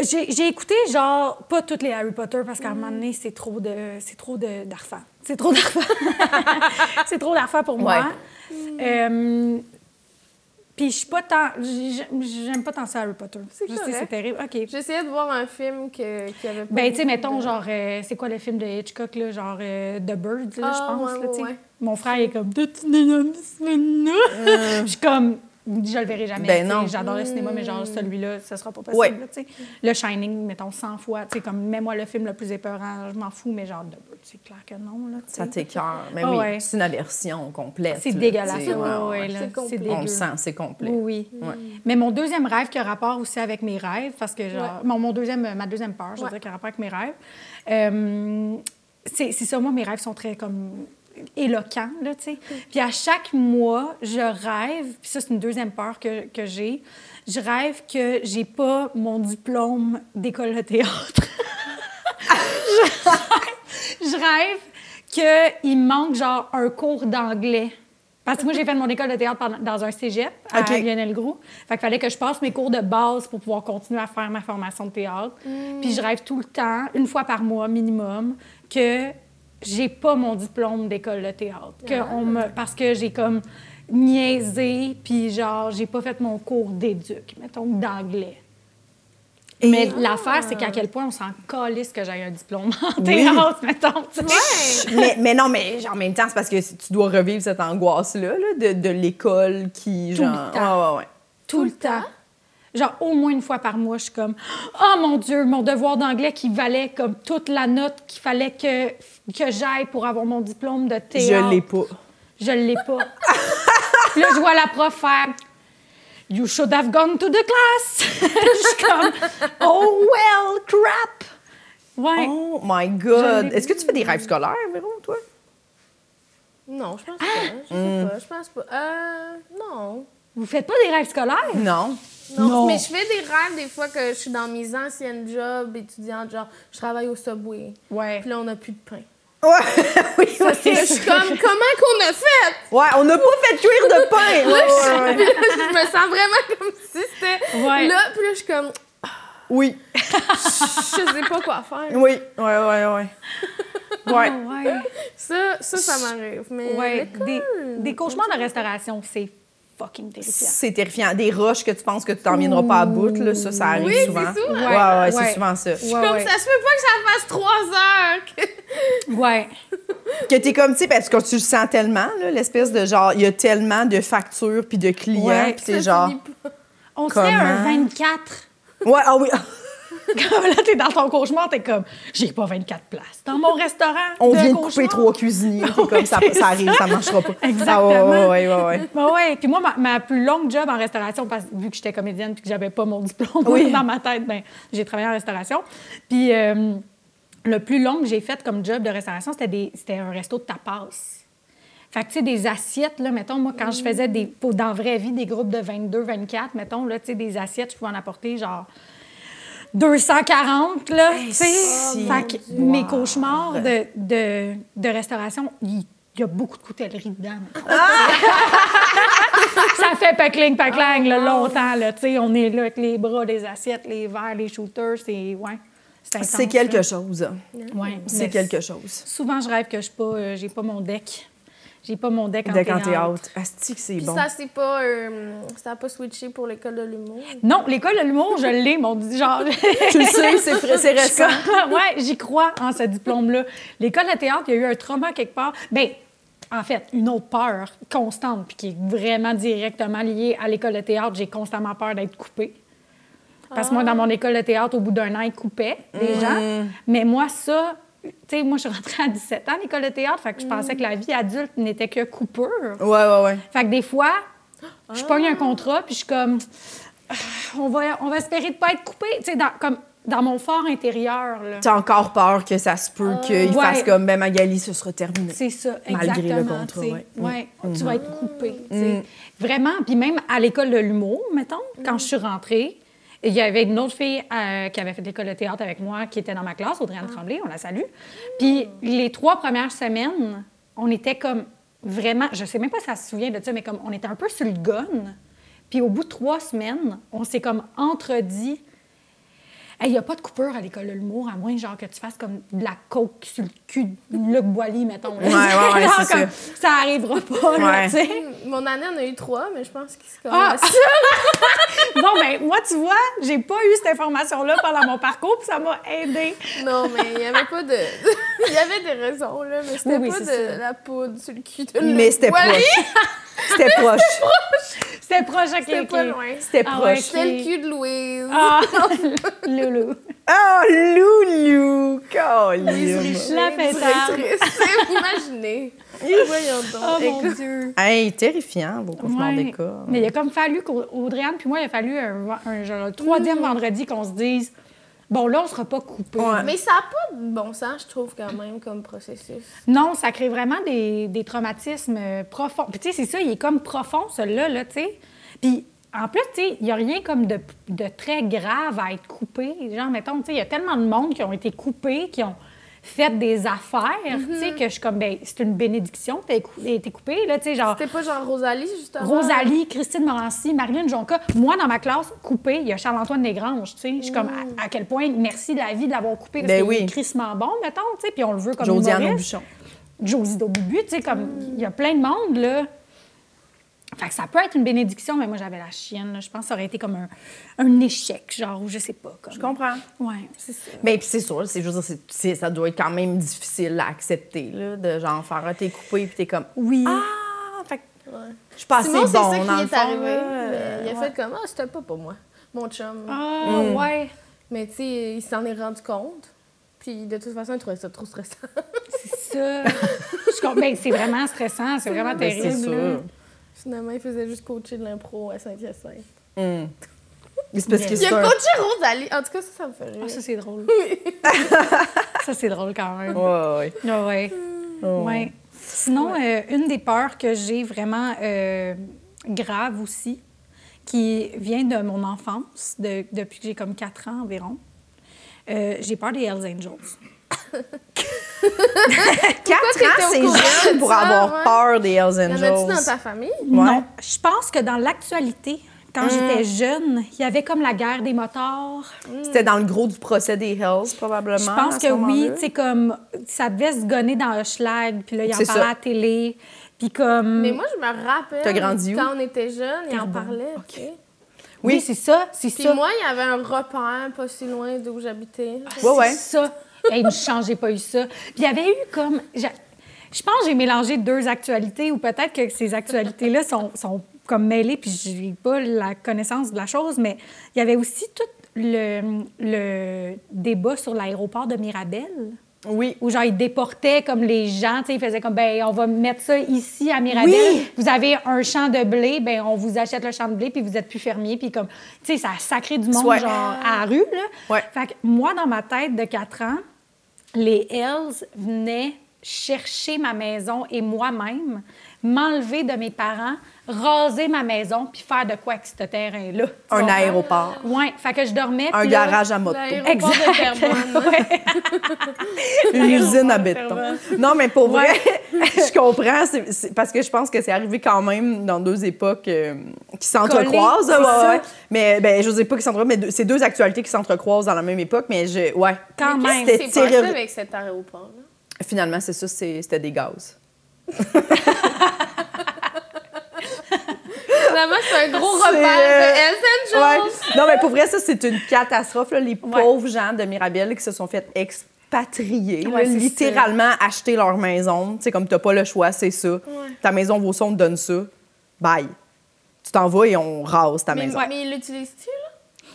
J'ai j'ai écouté, genre, pas toutes les Harry Potter parce qu'à un moment donné, c'est trop de. C'est trop de- d'arfans. C'est trop d'arfans. c'est trop d'arfans pour moi. Euh, Puis je suis pas tant. j'ai- J'aime pas tant ça Harry Potter. C'est Je sais, correct. c'est terrible. OK. J'essayais de voir un film que, qui avait pas. Ben, tu sais, beaucoup mettons, de- genre, euh, c'est quoi le film de Hitchcock, là, genre euh, The Birds, là, Ah, je pense, ouais, là, tu sais. ouais, ouais. Mon frère, il est comme, tu Euh. Je suis comme, je le verrai jamais. Ben tu sais, non. J'adore le cinéma, mais Mm. genre, celui-là, ce sera pas possible, Ouais. là, tu sais. Le Shining, mettons, 100 fois, tu sais, comme, mets-moi le film le plus épeurant, je m'en fous, mais genre, The Birds, c'est clair que non, là, tu Ça sais. t'écoeure. Mais Ah oui, ouais. c'est une aversion complète. C'est là, dégueulasse, tu sais, ouais, ouais, ouais, ouais. là, C'est c'est complet. dégueu. On le sent, c'est complet. Oui, oui. Ouais. Mais mon deuxième rêve qui a rapport aussi avec mes rêves, parce que genre, mon, mon deuxième, euh, ma deuxième peur, je veux Ouais. dire, qui a rapport avec mes rêves, euh, c'est c'est ça, moi, mes rêves sont très comme éloquents, là, tu sais. Mm. Puis à chaque mois, je rêve, puis ça, c'est une deuxième peur que, que j'ai, je rêve que j'ai pas mon diplôme d'école de théâtre. je rêve, je rêve qu'il manque genre un cours d'anglais Parce que moi, j'ai fait mon école de théâtre pendant- dans un cégep à OK. Lionel Groux. Fait qu'il fallait que je passe mes cours de base pour pouvoir continuer à faire ma formation de théâtre. Puis je rêve tout le temps, une fois par mois minimum, que j'ai pas mon diplôme d'école de théâtre. Que on me... Parce que j'ai comme niaisé, puis genre, j'ai pas fait mon cours d'éduc, mettons, d'anglais. Mais l'affaire, c'est qu'à quel point on s'en calisse que j'aille un diplôme en théâtre, mettons. tu sais. mais, mais non, mais en même temps, c'est parce que tu dois revivre cette angoisse-là là, de, de l'école qui, Tout le genre. temps. Ouais, ouais, ouais. Tout, le temps. Genre, au moins une fois par mois, je suis comme Oh mon Dieu, mon devoir d'anglais qui valait comme toute la note qu'il fallait que, que j'aille pour avoir mon diplôme de théâtre. Je l'ai pas. Je l'ai pas. Puis là, je vois la prof faire You should have gone to the class. je suis comme Oh well, crap. Ouais. Oh my Je God! l'ai- Est-ce que tu fais des rêves scolaires, Véro, toi? Non, je pense pas. Ah! Je sais pas. Je pense pas. Euh. Non. Vous faites pas des rêves scolaires? Non. Non, Non. mais je fais des rêves des fois que je suis dans mes anciennes jobs étudiantes, genre je travaille au Subway. Ouais. Puis là on n'a plus de pain. oui, oui. Puis là, je suis comme comment qu'on a fait Ouais, on n'a pas fait cuire de pain! Ouais, ouais, ouais. Puis là, je me sens vraiment comme si c'était Ouais. là, puis là je suis comme Oui, je sais pas quoi faire. oui, ouais, ouais, ouais. Ouais. Ah Ouais. Ça ça ça m'arrive, mais Ouais. l'école- Des, des cauchemars de restauration, c'est fucking terrifiant. C'est terrifiant. Des roches que tu penses que tu t'en viendras pas à bout, là, ça, ça arrive Oui, c'est souvent. souvent. Ouais, ouais, Ouais. c'est souvent ça. Je suis comme ça se peut pas que ça fasse trois heures. que- Ouais. Que t'es comme, tu sais, parce que tu le sens tellement, là, l'espèce de genre, il y a tellement de factures puis de clients, Ouais, puis ça t'es genre. finit pas. On se Comment? fait un 24. Ouais, ah oui, Comme là, t'es dans ton cauchemar, t'es comme, j'ai pas 24 places. Dans mon restaurant, on de vient de cauchemar. couper trois cuisiniers, puis Oui, comme ça, c'est ça arrive, ça marchera pas. Ah, ouais, Exactement. ouais, ouais, ouais. ouais. Ben ouais. Puis moi, ma, ma plus longue job en restauration, parce, vu que j'étais comédienne puis que j'avais pas mon diplôme Oui. dans ma tête, ben, j'ai travaillé en restauration. Puis euh, le plus long que j'ai fait comme job de restauration, c'était des- c'était un resto de tapas. Fait que, tu sais, des assiettes, là, mettons, moi, quand je faisais des, pour- dans la vraie vie des groupes de 22, 24, mettons, là, tu sais, des assiettes, je pouvais en apporter genre 240, là, tu sais. si. Fait que mes cauchemars de, de, de restauration, il il y a beaucoup de coutellerie dedans. mettons. Ah! Ça fait pacling, pacling, Ah, là, longtemps, là, tu sais. On est là avec les bras, les assiettes, les verres, les shooters, c'est... Ouais, c'est intense, C'est quelque là. chose. Ouais, C'est mais quelque chose. Souvent, je rêve que je pas, euh, j'ai pas mon deck. J'ai pas mon deck en Dès qu'en théâtre. théâtre. Asti que c'est Puis bon. ça c'est pas euh, ça a pas switché pour l'école de l'humour. Non, l'école de l'humour, je l'ai, mon dit genre. Tu le sais, c'est frais- c'est récent. ouais, j'y crois en ce diplôme-là. L'école de théâtre, il y a eu un trauma quelque part. Ben, en fait, une autre peur constante, puis qui est vraiment directement liée à l'école de théâtre. J'ai constamment peur d'être coupée. Parce que moi, dans mon école de théâtre, au bout d'un an, ils coupaient les gens. Mais moi, ça, tu sais, moi, je suis rentrée à 17 ans à l'école de théâtre, fait que je pensais que la vie adulte n'était que coupure. Ouais, ouais, ouais. Fait que des fois, je pogne un contrat, puis je suis comme, Ah, on va, on va espérer de pas être coupé, tu sais, dans, comme dans mon fort intérieur, là. T'as encore peur que ça se peut qu'il Euh, Ouais. fasse comme, ben Magali, ce sera terminé. C'est ça, Malgré exactement. le contrat, tu sais. ouais. Mm. Ouais, Tu vas être coupé. tu sais. Vraiment, puis même à l'école de l'humour, mettons, quand je suis rentrée, il y avait une autre fille euh, qui avait fait de l'école de théâtre avec moi, qui était dans ma classe, Audrey-Anne Ah. Tremblay, on la salue. Puis les trois premières semaines, on était comme vraiment, je sais même pas si elle se souvient de ça, mais comme on était un peu sur le gun. Puis au bout de trois semaines, on s'est comme entredit. Il n'y a pas de coupure à l'école de l'humour, à moins genre que tu fasses comme de la coke sur le cul de Luc Boilly, mettons. là. Ouais, ouais, ouais, Genre c'est comme, ça arrivera pas, là, Ouais. tu sais. Mon année on a eu trois, mais je pense qu'ils se Hein? Ah! commencent. bon, ben, moi, tu vois, j'ai pas eu cette information-là pendant mon parcours, puis ça m'a aidé. Non, mais il n'y avait pas de. Il y avait des raisons, là, mais c'était Oui, oui, pas de c'est ça. la poudre sur le cul de Mais c'était Ouais, proche. C'était proche. C'était proche, ok, C'était ok. pas loin. C'était Ah proche. ouais. C'était le cul de Louise. Ah, loulou. Oh, Loulou! Louise Colin! Richer, La fêtarde. directrice. Imaginez. Voyons Oh, donc. mon Écoute, Dieu. Hey, terrifiant, vos cauchemars Ouais. d'école. Mais il a comme fallu qu'Audrey-Anne puis moi, il a fallu un, un- genre, le troisième Mmh. vendredi qu'on se dise Bon, là, on sera pas coupé. Ouais. Mais ça n'a pas de bon sens, je trouve, quand même, comme processus. Non, ça crée vraiment des, des traumatismes euh, profonds. Puis, tu sais, c'est ça, il est comme profond, celui-là, là, tu sais. Puis, en plus, tu sais, il n'y a rien comme de, de très grave à être coupé. Genre, mettons, tu sais, il y a tellement de monde qui ont été coupés, qui ont. fait des affaires, tu sais, que je suis comme, ben, c'est une bénédiction, t'as écou- été coupée, là, tu sais, genre. C'était pas genre Rosalie, Ah. justement. Ah. Rosalie, Christine Morancy, Marlène Jonca. Moi, dans ma classe, coupée, il y a Charles-Antoine Desgranges, tu sais. Je suis comme, à, à quel point, merci la vie de l'avoir coupé, parce Hmm. Ben qu'il oui. est crissement bon, mettons, tu sais, puis on le veut comme Josiane humoriste. Aubuchon. Hmm. Josie Dobubu, tu sais, comme, il y a plein de monde, là. Fait que ça peut être une bénédiction, mais moi, j'avais la chienne, là. Je pense que ça aurait été comme un, un échec, genre, ou je sais pas. Comme... Je comprends. Ouais, c'est ça. Mais puis c'est sûr, c'est juste c'est, c'est- ça doit être quand même difficile à accepter là, de genre faire ah, t'es coupé puis t'es comme Oui. ah fait que je suis pas ah, assez Simon, bon c'est ça qui dans le est fond, arrivé. là. mais il a Ouais. fait comme, ah, c'était pas pour moi, mon chum. Ah, Hmm. ouais. Mais tu sais, il s'en est rendu compte. Puis de toute façon, il trouvait ça trop stressant. Ça. je comprends. Ben, c'est vraiment stressant, c'est vraiment Ben, terrible. c'est là. sûr. Finalement, il faisait juste coacher de l'impro à Saint-Hyacinthe. Hum. C'est parce que Il a c'est un- coaché Rosalie. En tout cas, ça, ça me fait rire. Ah, ça, c'est drôle. ça, c'est drôle quand même. Ouais, ouais. Ah ouais. Oh. Ouais. Sinon, euh, une des peurs que j'ai vraiment euh, grave aussi, qui vient de mon enfance, de- depuis que j'ai comme 4 ans environ, euh, j'ai peur des Hells Angels. Quatre ans, t'étais c'est au courant jeune de pour ça, avoir ouais? peur des Hells Y en Angels. a-tu dans ta famille? Non, je pense que dans l'actualité, Hmm. quand j'étais jeune, il y avait comme la guerre des motards. C'était dans le gros du procès des Hells, probablement. Je à pense ce que oui, moment-là. tu sais, comme ça devait se gonner dans Hochelag, puis là, il en C'est parlait ça. à la télé, puis comme... Mais moi, je me rappelle. T'as grandi où? Quand on était jeunes, ils en Terrebonne. parlaient. Ok. tu sais. oui, c'est ça, c'est Puis ça. moi, il y avait un repère pas si loin d'où j'habitais. Ouais, ouais. Ah, C'est ça. Hey, une chance, j'ai pas eu ça. Puis il y avait eu comme. j'a- Je pense que j'ai mélangé deux actualités ou peut-être que ces actualités-là sont, sont comme mêlées, puis j'ai pas la connaissance de la chose, mais il y avait aussi tout le, le débat sur l'aéroport de Mirabel. Oui. Où genre, ils déportaient comme les gens, tu sais, ils faisaient comme, ben on va mettre ça ici à Mirabel. Oui! Vous avez un champ de blé, ben on vous achète le champ de blé, puis vous êtes plus fermier, puis comme, tu sais, ça a sacré du monde, Ouais. genre, à la rue, là. Ouais. Fait que moi, dans ma tête de 4 ans, les Hells venaient chercher ma maison et moi-même, m'enlever de mes parents, raser ma maison, puis faire de quoi avec ce terrain-là. Tu Un comprends? aéroport. Ouais, fait que je dormais. Un puis là- garage à moto. L'aéroport de Terrebonne. Ouais. Une usine à béton. Non, mais pour vrai, je comprends. c'est- c'est- parce que je pense que c'est arrivé quand même dans deux époques euh, qui s'entrecroisent. Collées, ouais, c'est ouais. ça. Mais ben, je sais pas qui s'entrecroisent, mais deux- c'est deux actualités qui s'entrecroisent dans la même époque. Mais je, ouais. Quand Mais même. Qu'est-ce qui C'était s'est passé terrible. avec cet aéroport-là? Finalement, c'est ça, c'est- c'était des gaz. Finalement, c'est un gros C'est, repère euh, de Hells Angels. Ouais. Non, mais pour vrai, ça, c'est une catastrophe. là. Les Ouais. pauvres gens de Mirabel qui se sont fait expatrier, là, Ouais, c'est littéralement acheter leur maison. Tu sais, comme t'as pas le choix, c'est ça. Ta maison vaut ça, on te donne ça. Bye. Tu t'en vas et on rase ta Mais, maison. mais ils l'utilisent-tu, là?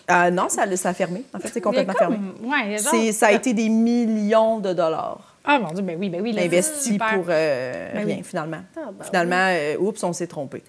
Euh, non, ça, ça a fermé. En fait, c'est complètement Mais comme- fermé. Ouais, genre- C'est- Ça a été des millions de dollars Ah mon Dieu, ben oui, ben oui. là, c'est investis super. pour euh, Ben oui. rien, finalement. Ah, ben Finalement, euh, oups, on s'est trompé.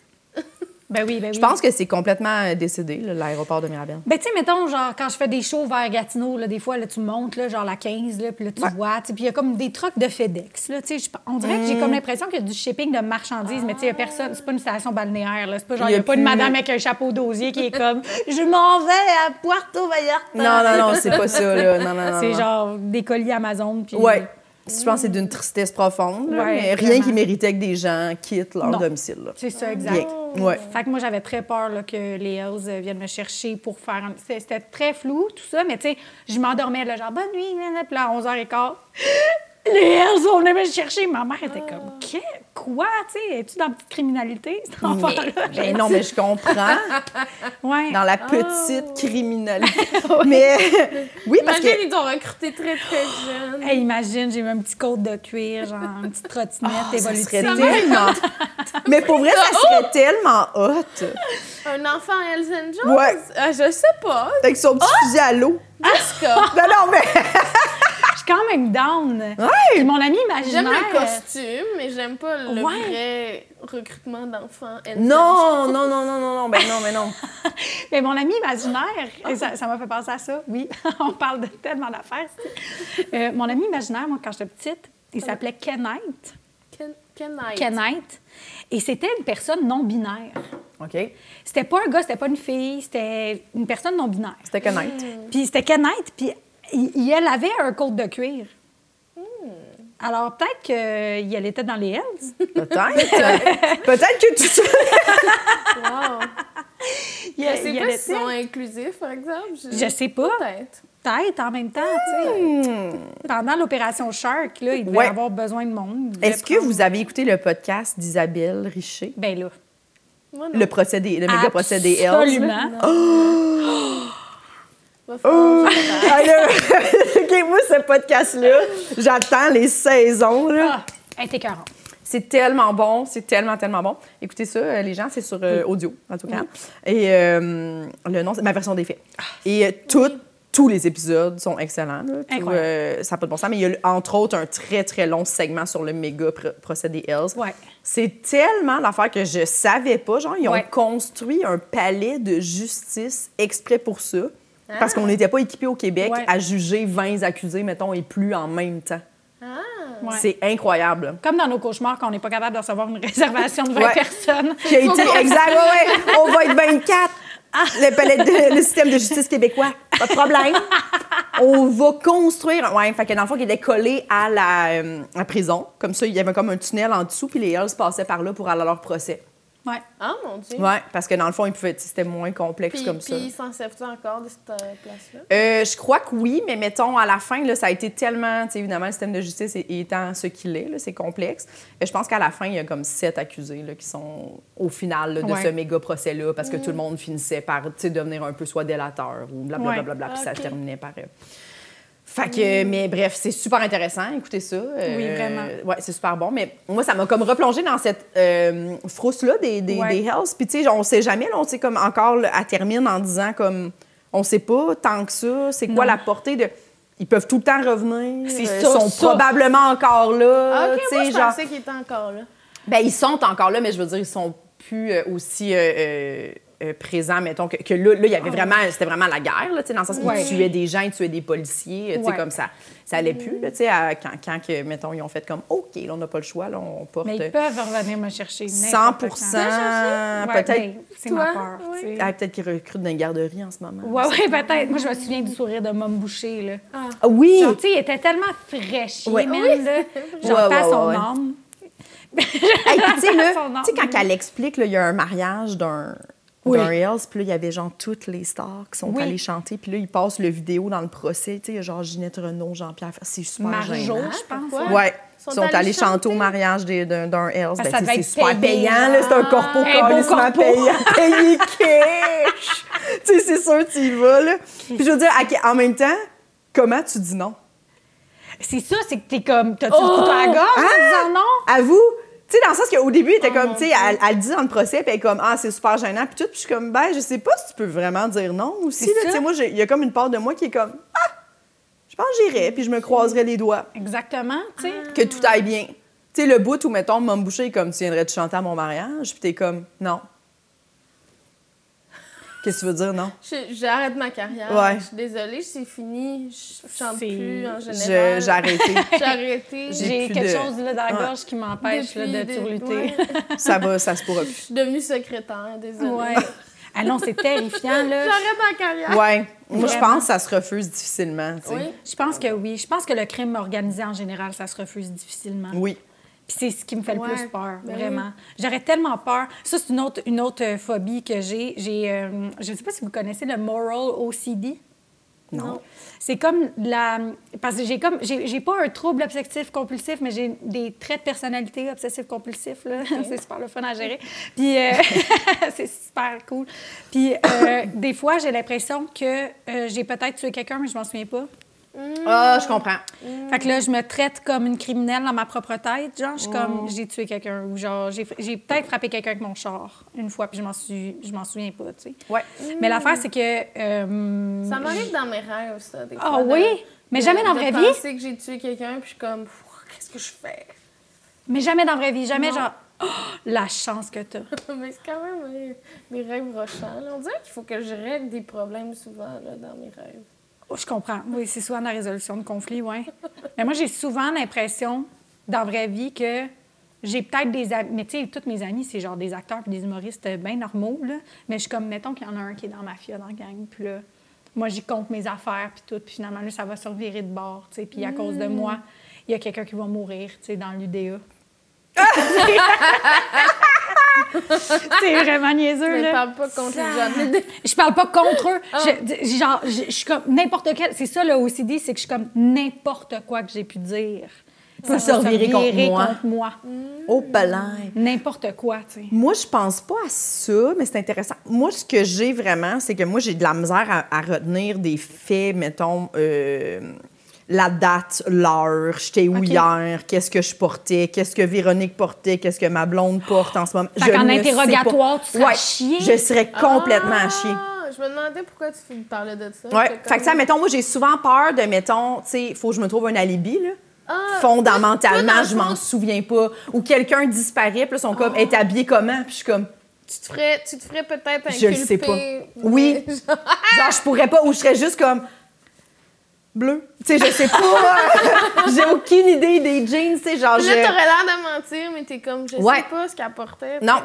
Ben oui, ben oui. Je pense que c'est complètement euh, décédé, là, l'aéroport de Mirabel. Ben, tu sais, mettons, genre, quand je fais des shows vers Gatineau, là, des fois, là, tu montes, là, genre, la 15, là, puis là, tu vois, tu sais, puis il y a comme des trucks de FedEx, là, tu sais, je- on dirait que j'ai Hmm. comme l'impression qu'il y a du shipping de marchandises, mais tu sais, il y a personne, c'est pas une station balnéaire, là, c'est pas genre, il y a, pas une plus- madame avec un chapeau d'osier qui est comme, je m'en vais à Puerto Vallarta. Non, non, non, c'est pas ça, là. Non, non, non. Ah. C'est non. genre des colis Amazon, puis... Ah, Ouais. Je pense que c'est d'une tristesse profonde, là, Ouais, mais rien vraiment. qui méritait que des gens quittent leur Non. domicile. là. C'est ça, exact. Oh, Rien. Ouais. Fait que moi, j'avais très peur là, que les Hells euh, viennent me chercher pour faire... un- C'était c'était très flou, tout ça, mais tu sais, je m'endormais, là, genre, bonne nuit, nanana, puis là, à 11h15, les Hells vont venir me chercher. Ma mère était Ah. comme, Qu'est- quoi, tu sais, es-tu dans la petite criminalité, cet enfant-là? Ben non, mais je comprends. Ouais. Dans la petite criminalité. Mais oui, parce Imagine, que. ils t'ont recruté très, très jeune. Hey, imagine, j'ai eu un petit côte de cuir, genre une oh! petite trottinette Ah, Ça évolutive. serait tellement. Mais pour vrai, ça serait tellement hot. Un enfant Hells Angels? Ouais. Ah, je sais pas. Avec son petit Oh! fusil à l'eau. En tout cas, Non, non, mais. Je suis quand même down. Puis mon ami imaginaire... j'aime le costume, mais j'aime pas le Ouais. vrai recrutement d'enfants Hells Non, non, non, non, non, non, ben non, mais non. Mais mon ami imaginaire, Ah et ça ça m'a fait penser à ça, oui, on parle de tellement d'affaires. tu sais. Euh, mon ami imaginaire, moi, quand j'étais petite, Ah il s'appelait Kenneth. Angels. Ken- Kenite. Kenneth. Et c'était une personne non-binaire. OK. C'était pas un gars, c'était pas une fille, c'était une personne non-binaire. Hmm. C'était connaître. Puis c'était Kenneth, puis il- il- elle avait un côte de cuir. Hmm. Alors, peut-être qu'elle était dans les Hells. Peut-être. Peut-être que tu Wow. Il y Je a- sais il y pas avait- s'ils sont inclusifs, par exemple. Je sais pas. Peut-être. Peut-être en même temps, tu sais. Pendant l'opération Shark, là, il devait Hmm. Ouais. avoir besoin de monde. Il devait Est-ce que prendre- vous avez écouté le podcast d'Isabelle Richer? Ben là. Moi, non. Le procédé, le méga procédé Hells? là? Absolument. Ah. Va falloir que je fasse. Ah, là, OK, moi, ce podcast-là, j'attends les saisons. Là. Ah, elle était écœurante. C'est tellement bon, c'est tellement, tellement bon. Écoutez ça, euh, les gens, c'est sur euh, audio, en tout cas. Et euh, le nom, c'est ma version des faits. Ah, Et euh, tout- tous les épisodes sont excellents. là. Tout, Incroyable. euh, ça n'a pas de bon sens, mais il y a entre autres un très, très long segment sur le méga pro- procédé Hells. Ouais. C'est tellement d'affaires que je savais pas. Genre, ils ont Ouais. construit un palais de justice exprès pour ça. Parce qu'on n'était pas équipés au Québec Ah. Ouais. à juger 20 accusés, mettons, et plus en même temps. Ouais. C'est incroyable. Comme dans nos cauchemars, qu'on n'est pas capable de recevoir une réservation de 20 Ouais. personnes. qui a été exact. ouais, ouais, on va être 24. Ah. Le, palais de- le système de justice québécois, pas de problème. On va construire. Ouais, fait que dans le fond, il était collé à la, euh, à la prison. Comme ça, il y avait comme un tunnel en dessous, puis les Hells passaient par là pour aller à leur procès. Ouais. Ah, mon Dieu. Ouais, parce que dans le fond, ils pouvaient, c'était moins complexe Puis, comme ça. puis ils s'en servent encore de cette euh, place-là? Euh, je crois que oui, mais mettons, à la fin, là, ça a été tellement. tu sais, Évidemment, le système de justice é- étant ce qu'il est, là, c'est complexe. Euh, je pense qu'à la fin, il y a comme sept accusés là, qui sont au final là, de Ouais. Mm. ce méga procès-là parce que tout le monde finissait par tu sais, devenir un peu soit délateur ou blablabla. Ouais. Mm. Bla, Puis ça Ok. se terminait par. euh, fait que, mais bref, c'est super intéressant. Écoutez ça. Euh, Oui, vraiment. Ouais, c'est super bon. Mais moi, ça m'a comme replongé dans cette euh, frousse-là des, des, Ouais. des Hells. Puis, tu sais, on sait jamais, là, on sait comme encore, là, elle termine en disant comme, on sait pas tant que ça, c'est quoi Non. la portée de. Ils peuvent tout le temps revenir. C'est euh, ça, Ils sont ça. probablement encore là. Ah, ok, tu moi, sais, je genre, pensais qu'il était encore là. ben, ils sont encore là, mais je veux dire, ils sont plus euh, aussi euh, euh, euh, présents, mettons, que, que là, là, il y avait vraiment, c'était vraiment la guerre, là, tu sais, dans le sens où Ah Ouais. ils tuaient des gens, ils tuaient des policiers, euh, tu sais, Ouais. comme ça, ça allait plus, là, tu sais, à- quand, quand que, mettons, ils ont fait comme, OK, là, on n'a pas le choix, là, on porte Mais ils peuvent revenir me chercher. 100 n'importe quand. Ouais, peut-être. ben, C'est ma toi, peur. ouais. tu sais. Ah, peut-être qu'ils recrutent dans les garderies en ce moment. Ouais, ouais, peut-être. Moi, je me souviens du sourire de Mom Boucher, là. Ah oui! Genre, tu sais, il était tellement fraîche, Ouais. man, Oui. là. J'en Ouais, passe ouais, son ouais. âme. Hey, puis tu sais, là, Son nom. tu sais, quand elle explique, là, il y a un mariage d'un Oui. d'un Hells, puis là, il y avait genre toutes les stars qui sont Oui. allées chanter, puis là, ils passent le vidéo dans le procès, tu sais, il y a genre Ginette Renault, Jean-Pierre, Fer- c'est super Marjo, Ah, gênant. je pense. Pourquoi? Ouais. Ils Sont sont, allés allés, chanter au chanter. mariage des- d'un d'un Hells. Parce Ben, que Ah, ça tu sais, devait c'est être super payant. Ah, payant, là, c'est un corpo Un beau calissement corpo. payant, payé cash. tu sais, c'est sûr, tu y vas, là. Puis je veux dire, à que- en même temps, comment tu dis non? C'est ça, c'est que t'es comme, t'as-tu Oh! le couteau à la gorge en Ah! disant non? À vous? Tu sais, dans le sens qu'au début, il était comme, mon tu sais, elle, elle le dit dans le procès, puis elle est comme, ah, c'est super gênant, puis tout. Puis je suis comme, ben, je sais pas si tu peux vraiment dire non aussi. C'est là. ça. Tu sais, moi, j'ai- il y a comme une part de moi qui est comme, ah, je pense que j'irai, puis je me croiserai les doigts. Exactement, tu sais. Ah! Que tout aille bien. Tu sais, le bout où, mettons, Mom Boucher est comme, tu viendrais-tu chanter à mon mariage? Puis t'es comme, non. Qu'est-ce que tu veux dire, non? Je- J'arrête ma carrière. Ouais. Je suis désolée, c'est fini. Je chante C'est- plus en Je- général. J'ai arrêté. J'ai arrêté. J'ai J'ai plus quelque de- Ah. chose là, dans la Ouais. gorge qui m'empêche là, Depuis de des- turluter. ouais. ça va, ça se pourra Je plus. suis devenue secrétaire, désolée. Ouais. Ah non, c'est terrifiant, là. J'arrête ma carrière. Ouais. Moi, je Vraiment. pense que ça se refuse difficilement, tu sais. Ah, Oui. Je pense que oui. Je pense que le crime organisé en général, ça se refuse difficilement. oui. Puis c'est ce qui me fait le Ouais, plus peur, ben vraiment. J'aurais tellement peur. Ça, c'est une autre, une autre euh, phobie que j'ai. J'ai, euh, je ne sais pas si vous connaissez le moral OCD. Non. C'est comme la. Parce que j'ai comme. J'ai j'ai pas un trouble obsessif compulsif, mais j'ai des traits de personnalité obsessif compulsif, là. c'est super le fun à gérer. Puis. euh, c'est super cool. Puis, euh, des fois, j'ai l'impression que euh, j'ai peut-être tué quelqu'un, mais je m'en souviens pas. Ah, je comprends. Fait que là, je me traite comme une criminelle dans ma propre tête. Genre, je suis comme, j'ai tué quelqu'un ou genre, j'ai, j'ai peut-être frappé quelqu'un avec mon char une fois, puis je m'en, suis, je m'en souviens pas, tu sais. Ouais. Mais l'affaire, c'est que. euh, Ça m'arrive dans mes rêves, ça. Des Ah fois, de- oui? Mais de- jamais dans la vraie de vie? penser que j'ai tué quelqu'un, puis je suis comme, Pff, qu'est-ce que je fais? Mais jamais dans la vraie vie, jamais Non. genre, Oh, la chance que t'as. Mais c'est quand même euh, des rêves rochants. là. On dirait qu'il faut que je règle des problèmes souvent là, dans mes rêves. Oh, je comprends. Oui, c'est souvent la résolution de conflits, oui. Mais moi, j'ai souvent l'impression, dans la vraie vie, que j'ai peut-être des amis. Mais tu sais, tous mes amis, c'est genre des acteurs puis des humoristes euh, bien normaux, là. Mais je suis comme, mettons qu'il y en a un qui est dans la mafia, dans la gang, puis là, Mm. moi, j'y compte mes affaires, puis tout. Puis finalement, là, ça va survirer de bord, tu sais. Puis à cause de moi, il y a quelqu'un qui va mourir, tu sais, dans l'UDA. c'est vraiment niaiseux, Mais là. parle pas contre les jeunes. Je parle pas contre eux. Je- d- genre, je, je suis comme n'importe quel. C'est ça le OCD, c'est que je suis comme n'importe quoi que j'ai pu dire. Peut se revirer contre moi. contre moi. Au palais. N'importe quoi, tu sais. Moi, je pense pas à ça, mais c'est intéressant. Moi, ce que j'ai vraiment, c'est que moi, j'ai de la misère à, à retenir des faits, mettons, euh, la date, l'heure, j'étais où Ok. hier, qu'est-ce que je portais, qu'est-ce que Véronique portait, qu'est-ce que ma blonde porte en ce moment. Je Fait qu'en ne sais interrogatoire, pas. tu seras Ouais, chiée. Je serais complètement à chier. Ah, Je me demandais pourquoi tu me parlais de ça. Ouais. J'étais Fait que comme- ça, mettons, moi, j'ai souvent peur de, mettons, tu sais, faut que je me trouve un alibi, là. Ah, toi, dans Fondamentalement, le je m'en souviens pas. Ou quelqu'un disparaît, puis là, ils sont comme, est habillé comment? Puis je suis comme, Tu te ferais, tu te ferais peut-être inculper. Je le sais pas. Oui. mais- genre, je pourrais pas, ou je serais juste comme, bleu. Tu sais, je sais pas. J'ai aucune idée des jeans, tu sais, genre, Là, je... t'aurais l'air de mentir, mais t'es comme, je Ouais. sais pas ce qu'elle portait. Non.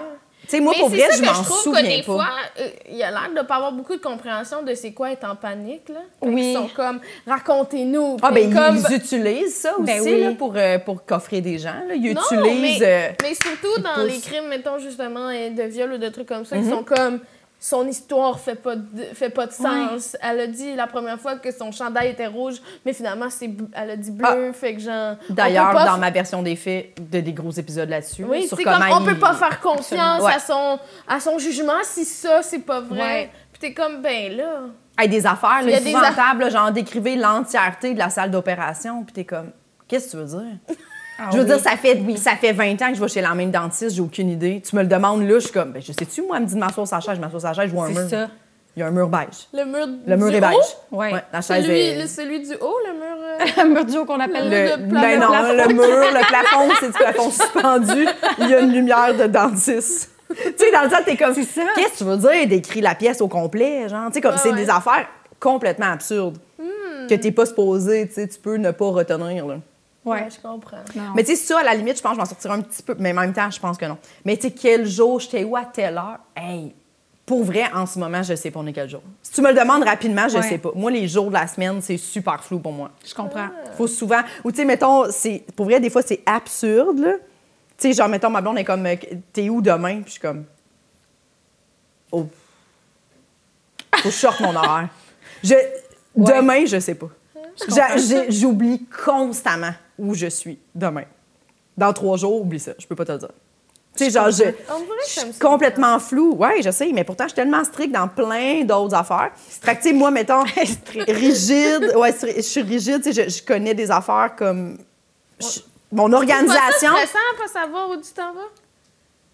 Tu sais, moi, mais pour c'est vrai, ça je que m'en trouve que souviens des pas. fois, euh, il y a l'air de pas avoir beaucoup de compréhension de c'est quoi être en panique. Là. Fait Oui. Ils sont comme, racontez-nous. Ah, Puis ben, comme... ils utilisent ça aussi, Ben oui. là, pour, euh, pour coffrer des gens, là. Ils Non, utilisent... euh, mais, mais surtout ils dans poussent. Mhm. les crimes, mettons justement, euh, de viol ou de trucs comme ça, qui sont comme son histoire fait pas de, fait pas de sens. Elle a dit la première fois que son chandail était rouge, mais finalement c'est bl- elle a dit bleu, fait que genre on peut Ah. D'ailleurs, pas dans ma version des faits, de des gros épisodes là-dessus. Oui, là, sur c'est comme on il- peut pas faire confiance Absolument. Ouais. à, son, à son jugement si ça, c'est pas vrai. Ouais. Puis t'es comme, ben là. Hey, des affaires, Il y là, a des épouvantables, là, genre décrivez l'entièreté de la salle d'opération, puis t'es comme, qu'est-ce que tu veux dire? Ah je veux oui. dire, ça fait, ça fait 20 ans que je vais chez la même dentiste, j'ai aucune idée. Tu me le demandes là, je suis comme, ben, je sais-tu, moi, elle me dit de m'asseoir sur la chaise, je m'assois sur la chaise, je vois un mur. C'est ça. Il y a un mur beige. Le mur, Le mur du est beige. haut? Ouais. la chaise Celui, est- le- celui du haut, le mur. euh, Un mur du haut qu'on appelle le. Le, le ben non, plafond. le mur, le plafond, c'est du plafond suspendu. Il y a une lumière de dentiste. tu sais, dans le temps, t'es comme, ça. qu'est-ce que tu veux dire? Décris la pièce au complet, genre. Tu sais, comme, Ouais, c'est ouais. des affaires complètement absurdes Hmm. que t'es pas supposé, tu sais, tu peux ne pas retenir, là. Ouais. je comprends. Non. Mais tu sais, ça, à la limite, je pense que je m'en sortirai un petit peu, mais en même temps, je pense que non. Mais tu sais, quel jour, j'étais où à telle heure? Hey! Pour vrai, en ce moment, je sais pas on est quel jour. Si tu me le demandes rapidement, je Ouais. sais pas. Moi, les jours de la semaine, c'est super flou pour moi. Je comprends. Faut souvent. Ou, tu sais, mettons, c'est, pour vrai, des fois, c'est absurde, là. Tu sais, genre, mettons, ma blonde est comme, euh, t'es où demain? Puis je suis comme, oh. Faut que je sorte mon horaire. Je, Demain, je sais pas. J'a- j'ai- J'oublie constamment où je suis demain. Dans trois jours, oublie ça. Je peux pas te le dire. Tu sais, genre, je, On dirait que je j'aime suis ça. complètement flou. Ouais, je sais, mais pourtant, je suis tellement stricte dans plein d'autres affaires. Fait que, tu sais, moi, mettons, rigide, ouais, stri- je suis rigide, tu sais, je, je connais des affaires comme. je- mon organisation, C'est pas ça stressant, pas savoir où tu t'en vas.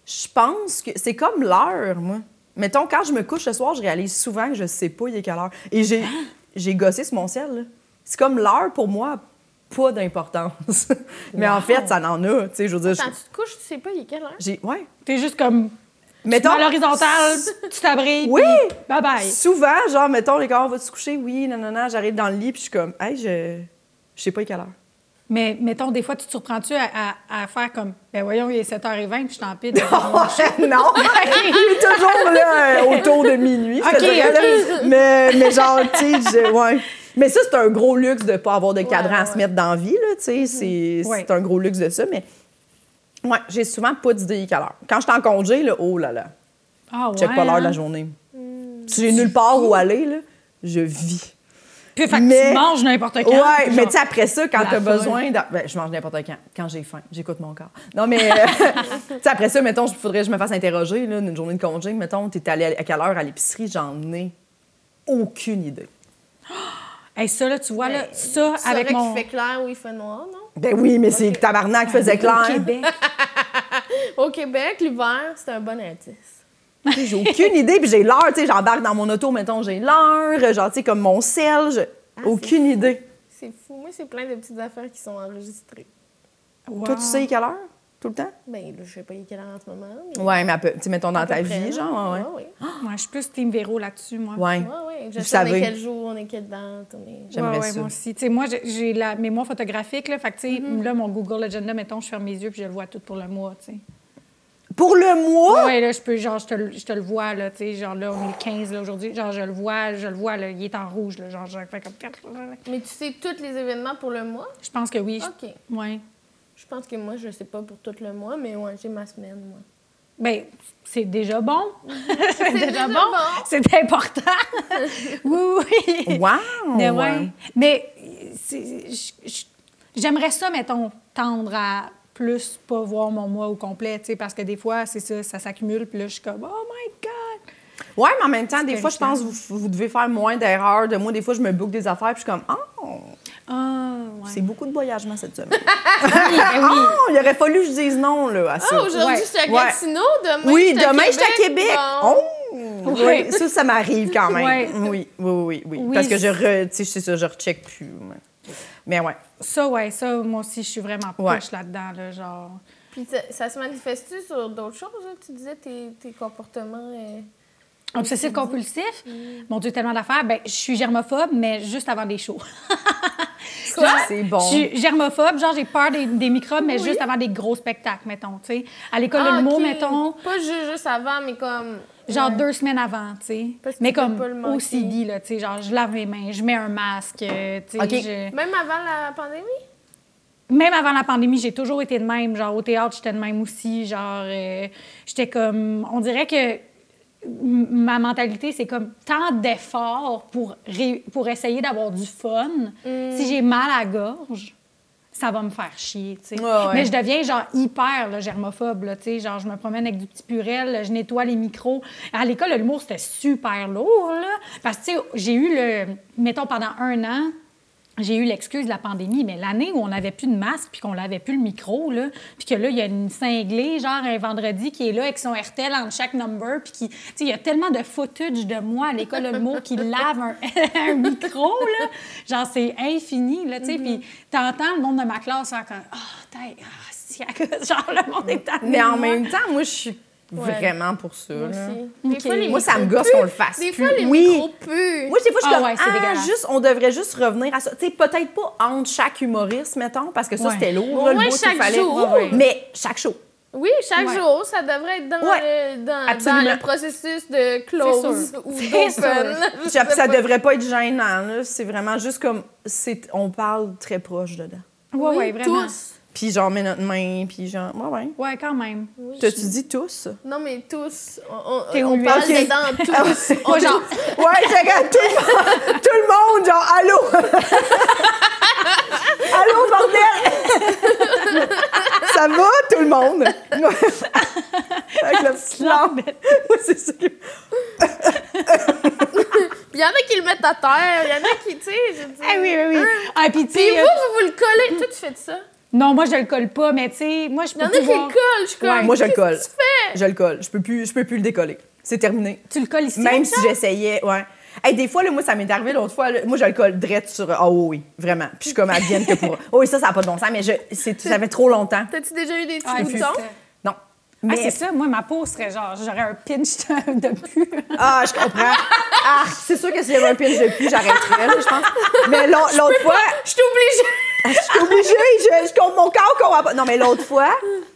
je pense que c'est comme l'heure, moi. Mettons, quand je me couche ce soir, je réalise souvent que je sais pas il est quelle heure. Et j'ai, Hein? j'ai gossé sur mon ciel, là. C'est comme l'heure, pour moi, pas d'importance. mais en fait, ça en a, tu sais, je veux dire. Quand je- tu te couches, tu sais pas il est quelle heure. J'ai, ouais. T'es juste comme. Mettons- Mettons. À l'horizontale, tu t'abrites. Oui! puis Bye bye. Souvent, genre, mettons, les gars, on va se coucher? Oui, non, non, non. J'arrive dans le lit, puis je suis comme, hey, je, je sais pas quelle heure. Mais mettons, des fois, tu te surprends-tu à, à- à faire comme. Ben voyons, il est 7h20 puis je t'empile. non! Il est toujours là, euh, autour de minuit. je te Ok, dirais, là. Mais, mais genre, tu sais, je- ouais. Mais ça, c'est un gros luxe de pas avoir de cadran à ouais. se mettre dans la vie, là, tu sais. C'est Mm-hmm. Ouais. c'est un gros luxe de ça, mais. Ouais, j'ai souvent pas d'idée il est quelle heure. Quand je suis en congé, là, oh là là, Ah ouais. check pas l'heure de hein? Mm. la journée. J'ai nulle part où aller, là, je vis. Puis, fait que Mais- tu manges n'importe quand. Ouais, puis mais genre- tu sais, après ça, quand La t'as folle. besoin. d'a- Ben, je mange n'importe quand. Quand j'ai faim, j'écoute mon corps. Non, mais. euh, tu sais, après ça, mettons, il faudrait que je me fasse interroger, là, une journée de congé. Mettons, t'es allé à à quelle heure à l'épicerie? J'en ai aucune idée. Hey, ça, là, tu vois, là, ça, Tu avec saurais Ben, mon. qu'il fait clair ou il fait noir, non? Ben oui, mais c'est tabarnak faisait Au clair. Québec. Au Québec, l'hiver, c'est un bon indice. J'ai aucune idée, puis j'ai l'heure, tu sais, j'embarque dans mon auto, mettons, j'ai l'heure, genre, tu sais, comme mon sel, j'ai aucune idée. C'est fou. Moi, c'est plein de petites affaires qui sont enregistrées. Wow. Toi, tu sais quelle heure? Tout le temps? Ben, là, je sais pas il est quelle heure en ce moment. mais Ouais, mais à peu- tu sais, mettons dans à peu ta près, vie, là. genre, ouais. Ouais, Ah, Moi, je suis plus Team Véro là-dessus, moi. Ouais. ouais. ouais, ouais. Je Vous sais, on savez. est quel jour, on est quelle date, on est. J'aimerais Ouais, ouais, ça. moi aussi. Tu sais, moi, j'ai- j'ai la mémoire photographique, là. Fait que, tu sais, là, mon Google Agenda, mettons, je ferme mes yeux puis je le vois tout pour le mois, tu sais. Pour le mois? Ouais, là, je peux, genre, je te, le- je te le vois, là, tu sais, genre, là, on est le 15, là, aujourd'hui, genre, je le vois, je le vois, là, il est en rouge, là, genre, je fais comme... Mais tu sais tous les événements pour le mois? Je pense que oui. je- OK. Ouais. Je pense que moi, je sais pas pour tout le mois, mais ouais, j'ai ma semaine, moi. Ben, c'est déjà bon. c'est déjà déjà bon. bon. C'est important. oui, oui. Wow! Mais ouais. Mais c'est- je- je- j'aimerais ça, mettons, tendre à plus pas voir mon mois au complet, tu sais, parce que des fois, c'est ça, ça s'accumule, puis là, je suis comme, oh my God! Ouais, mais en même temps, des C'est fois, je pense que vous, vous devez faire moins d'erreurs. De moi, des fois, je me boucle des affaires, puis je suis comme, oh, Ah, ouais. c'est beaucoup de voyagement cette semaine. Oui, ben oui. oh, il aurait fallu que je dise non, là, à ça. Ah, aujourd'hui, ouais. je suis à Ouais. Gatineau, demain, oui, je suis demain, je suis à Québec. Bon. Oh! Ouais. Oui, ça, ça m'arrive quand même. Ouais. Oui, oui, oui, oui, Oui, Parce que je, c'est- re, tu sais, c'est ça, je recheck plus. ouais. Mais ouais. Ça, ouais, ça, moi aussi, je suis vraiment Ouais. poche là-dedans, là, genre. Puis ça, ça se manifeste-tu sur d'autres choses? hein? Tu disais tes, tes comportements... euh, Obsessif compulsif, Mm-hmm. mon Dieu, tellement d'affaires. Ben, je suis germophobe, mais juste avant des shows. C'est bon. Je suis germophobe, genre j'ai peur des, des microbes, mais juste avant des gros spectacles, mettons. tu sais. À l'école de ah, l'humour, ok. mettons, Pas ju- juste avant, mais comme... genre ouais. deux semaines avant, tu sais. Parce que Mais tu peux comme pas le manquer. OCD, là, tu sais, genre je lave mes mains, je mets un masque, euh, tu sais. Ok. je- Même avant la pandémie? Même avant la pandémie, j'ai toujours été de même. Genre au théâtre, j'étais de même aussi. Genre, euh, j'étais comme, on dirait que m- ma mentalité, c'est comme tant d'efforts pour, ré- pour essayer d'avoir du fun. Mm. Si j'ai mal à la gorge, ça va me faire chier, tu sais. Ouais, ouais. Mais je deviens genre hyper là, germophobe, là, tu sais. Genre, je me promène avec du petit purel, je nettoie les micros. À l'école, l'humour, c'était super lourd, là. Parce que, tu sais, j'ai eu le. Mettons, pendant un an, j'ai eu l'excuse de la pandémie, mais l'année où on n'avait plus de masque puis qu'on n'avait plus le micro, là, puis que là, il y a une cinglée, genre un vendredi, qui est là avec son RTL entre chaque number, puis qui. Tu sais, il y a tellement de footage de moi à l'école de mot qui lave un, un micro, là. Genre, c'est infini, là, tu sais. Puis Mm-hmm. t'entends le monde de ma classe faire comme. Ah, t'es. Ah, si, à cause- Genre, le monde est tanné Mais de en moi. même temps, moi, je suis vraiment pour ça. Moi là. aussi. Ok. Moi, ça me micros gosse puent. qu'on le fasse Des plus. fois, les Oui. micros puent. Moi, des fois, je suis Ah comme, ouais, c'est ah, dégueulasse. juste, on devrait juste revenir à ça. Tu sais, peut-être pas entre chaque humoriste, mettons, parce que ça, Ouais. c'était lourd. Au là, le moins bout qu'il chaque fallait. jour. Ouais. Mais chaque show. Oui, chaque Ouais. jour, ça devrait être dans, Ouais, le, dans- absolument. dans le processus de close C'est sûr. ou C'est d'open. sûr. Je Ça, sais ça pas. devrait pas être gênant. là. C'est vraiment juste comme, c'est, on parle très proche dedans. Ouais, Oui, ouais, vraiment. tous. Puis genre, met notre main, puis genre, ouais, ouais. Ouais, quand même. T'as-tu dit tous? Non, mais tous. On, on- T'es on au parle milieu. Ah dedans, tous. ouais, Pas genre. j'ai regardé tout le monde, tout le monde, genre, allô! allô, bordel! ça va, tout le monde? Avec le petit lampe. Oui, c'est ça. qui- Il y en a qui le mettent à terre, il y en a qui, tu sais, Eh je veux dire. Ah oui, oui, oui. Ah, puis tu Puis vous, sais, euh, vous, vous le collez. Toi, tu fais de ça. Non, moi, je le colle pas, mais tu sais, moi, je peux Il y en a plus qui voir- le collent. Je suis comme. Ouais, Ah, Moi, je le colle. Qu'est-ce que tu fais? Je le colle. Je peux plus, je peux plus le décoller. C'est terminé. Tu le colles ici? Ah, Même si Richard? j'essayais, ouais. Hey, des fois, là, moi, ça m'est arrivé l'autre fois. là, moi, je le colle drette sur. Ah oui, oui, vraiment. Puis je suis comme advienne que pour. Oh, oui, ça, ça n'a pas de bon sens, mais je, c'est- ça fait trop longtemps. T'as-tu déjà eu des petits Ah, c'est ça. boutons? Non. Ah, Mais c'est ça. Moi, ma peau serait genre, j'aurais un pinch de, de pu. Ah, je comprends. Ah, c'est sûr que si j'avais un pinch de cul, j'arrêterais, là, je pense. Mais l'au- l'autre fois, Je suis obligée. je suis obligée, je, je compte mon corps qu'on va pas. Non, mais l'autre fois,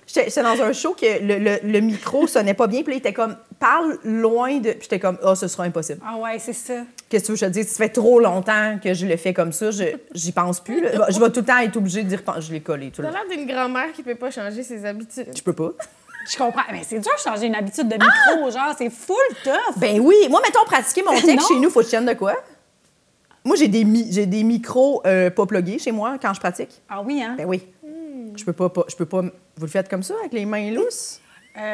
j'étais j'étais dans un show que le, le- le micro sonnait pas bien, puis là, il était comme, parle loin de. Puis j'étais comme, ah, ce sera impossible. Ah ouais, c'est ça. Qu'est-ce que tu veux que je te dise? Ça fait trop longtemps que je le fais comme ça, je- j'y pense plus. là. Je vais tout le temps être obligée de dire, je l'ai collé, tout le T'as temps. l'air d'une grand-mère qui peut pas changer ses habitudes. Je peux pas. Je comprends. Mais c'est dur de changer une habitude de micro, genre, c'est full tough. Ben oui, moi, mettons, pratiquer mon Non. texte chez nous, faut que je tienne de quoi? Moi, j'ai des, mi- j'ai des micros euh, pas plugués chez moi quand je pratique. Ah oui, hein? Ben oui. Je peux pas, pas- je peux pas. Vous le faites comme ça, avec les mains lousses?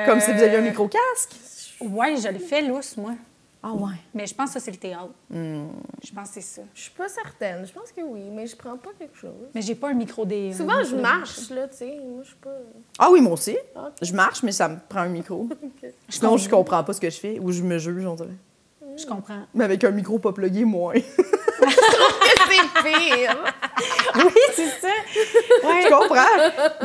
Comme si vous aviez un micro-casque? Ouais, je le fais lousse, moi. Ah ouais. Mais je pense que ça, c'est le théâtre. Je pense que c'est ça. Je suis pas certaine. Je pense que oui, mais je prends pas quelque chose. Mais j'ai pas un micro des. Souvent, je marche, là, tu sais. Moi, je suis pas. Ah oui, moi aussi. Ok. Je marche, mais ça me prend un micro. Sinon, je comprends pas ce que je fais ou je me juge, on dirait. Je comprends. Mais avec un micro pas plugué, moins. C'est pire. oui, c'est ça. Ouais. je comprends.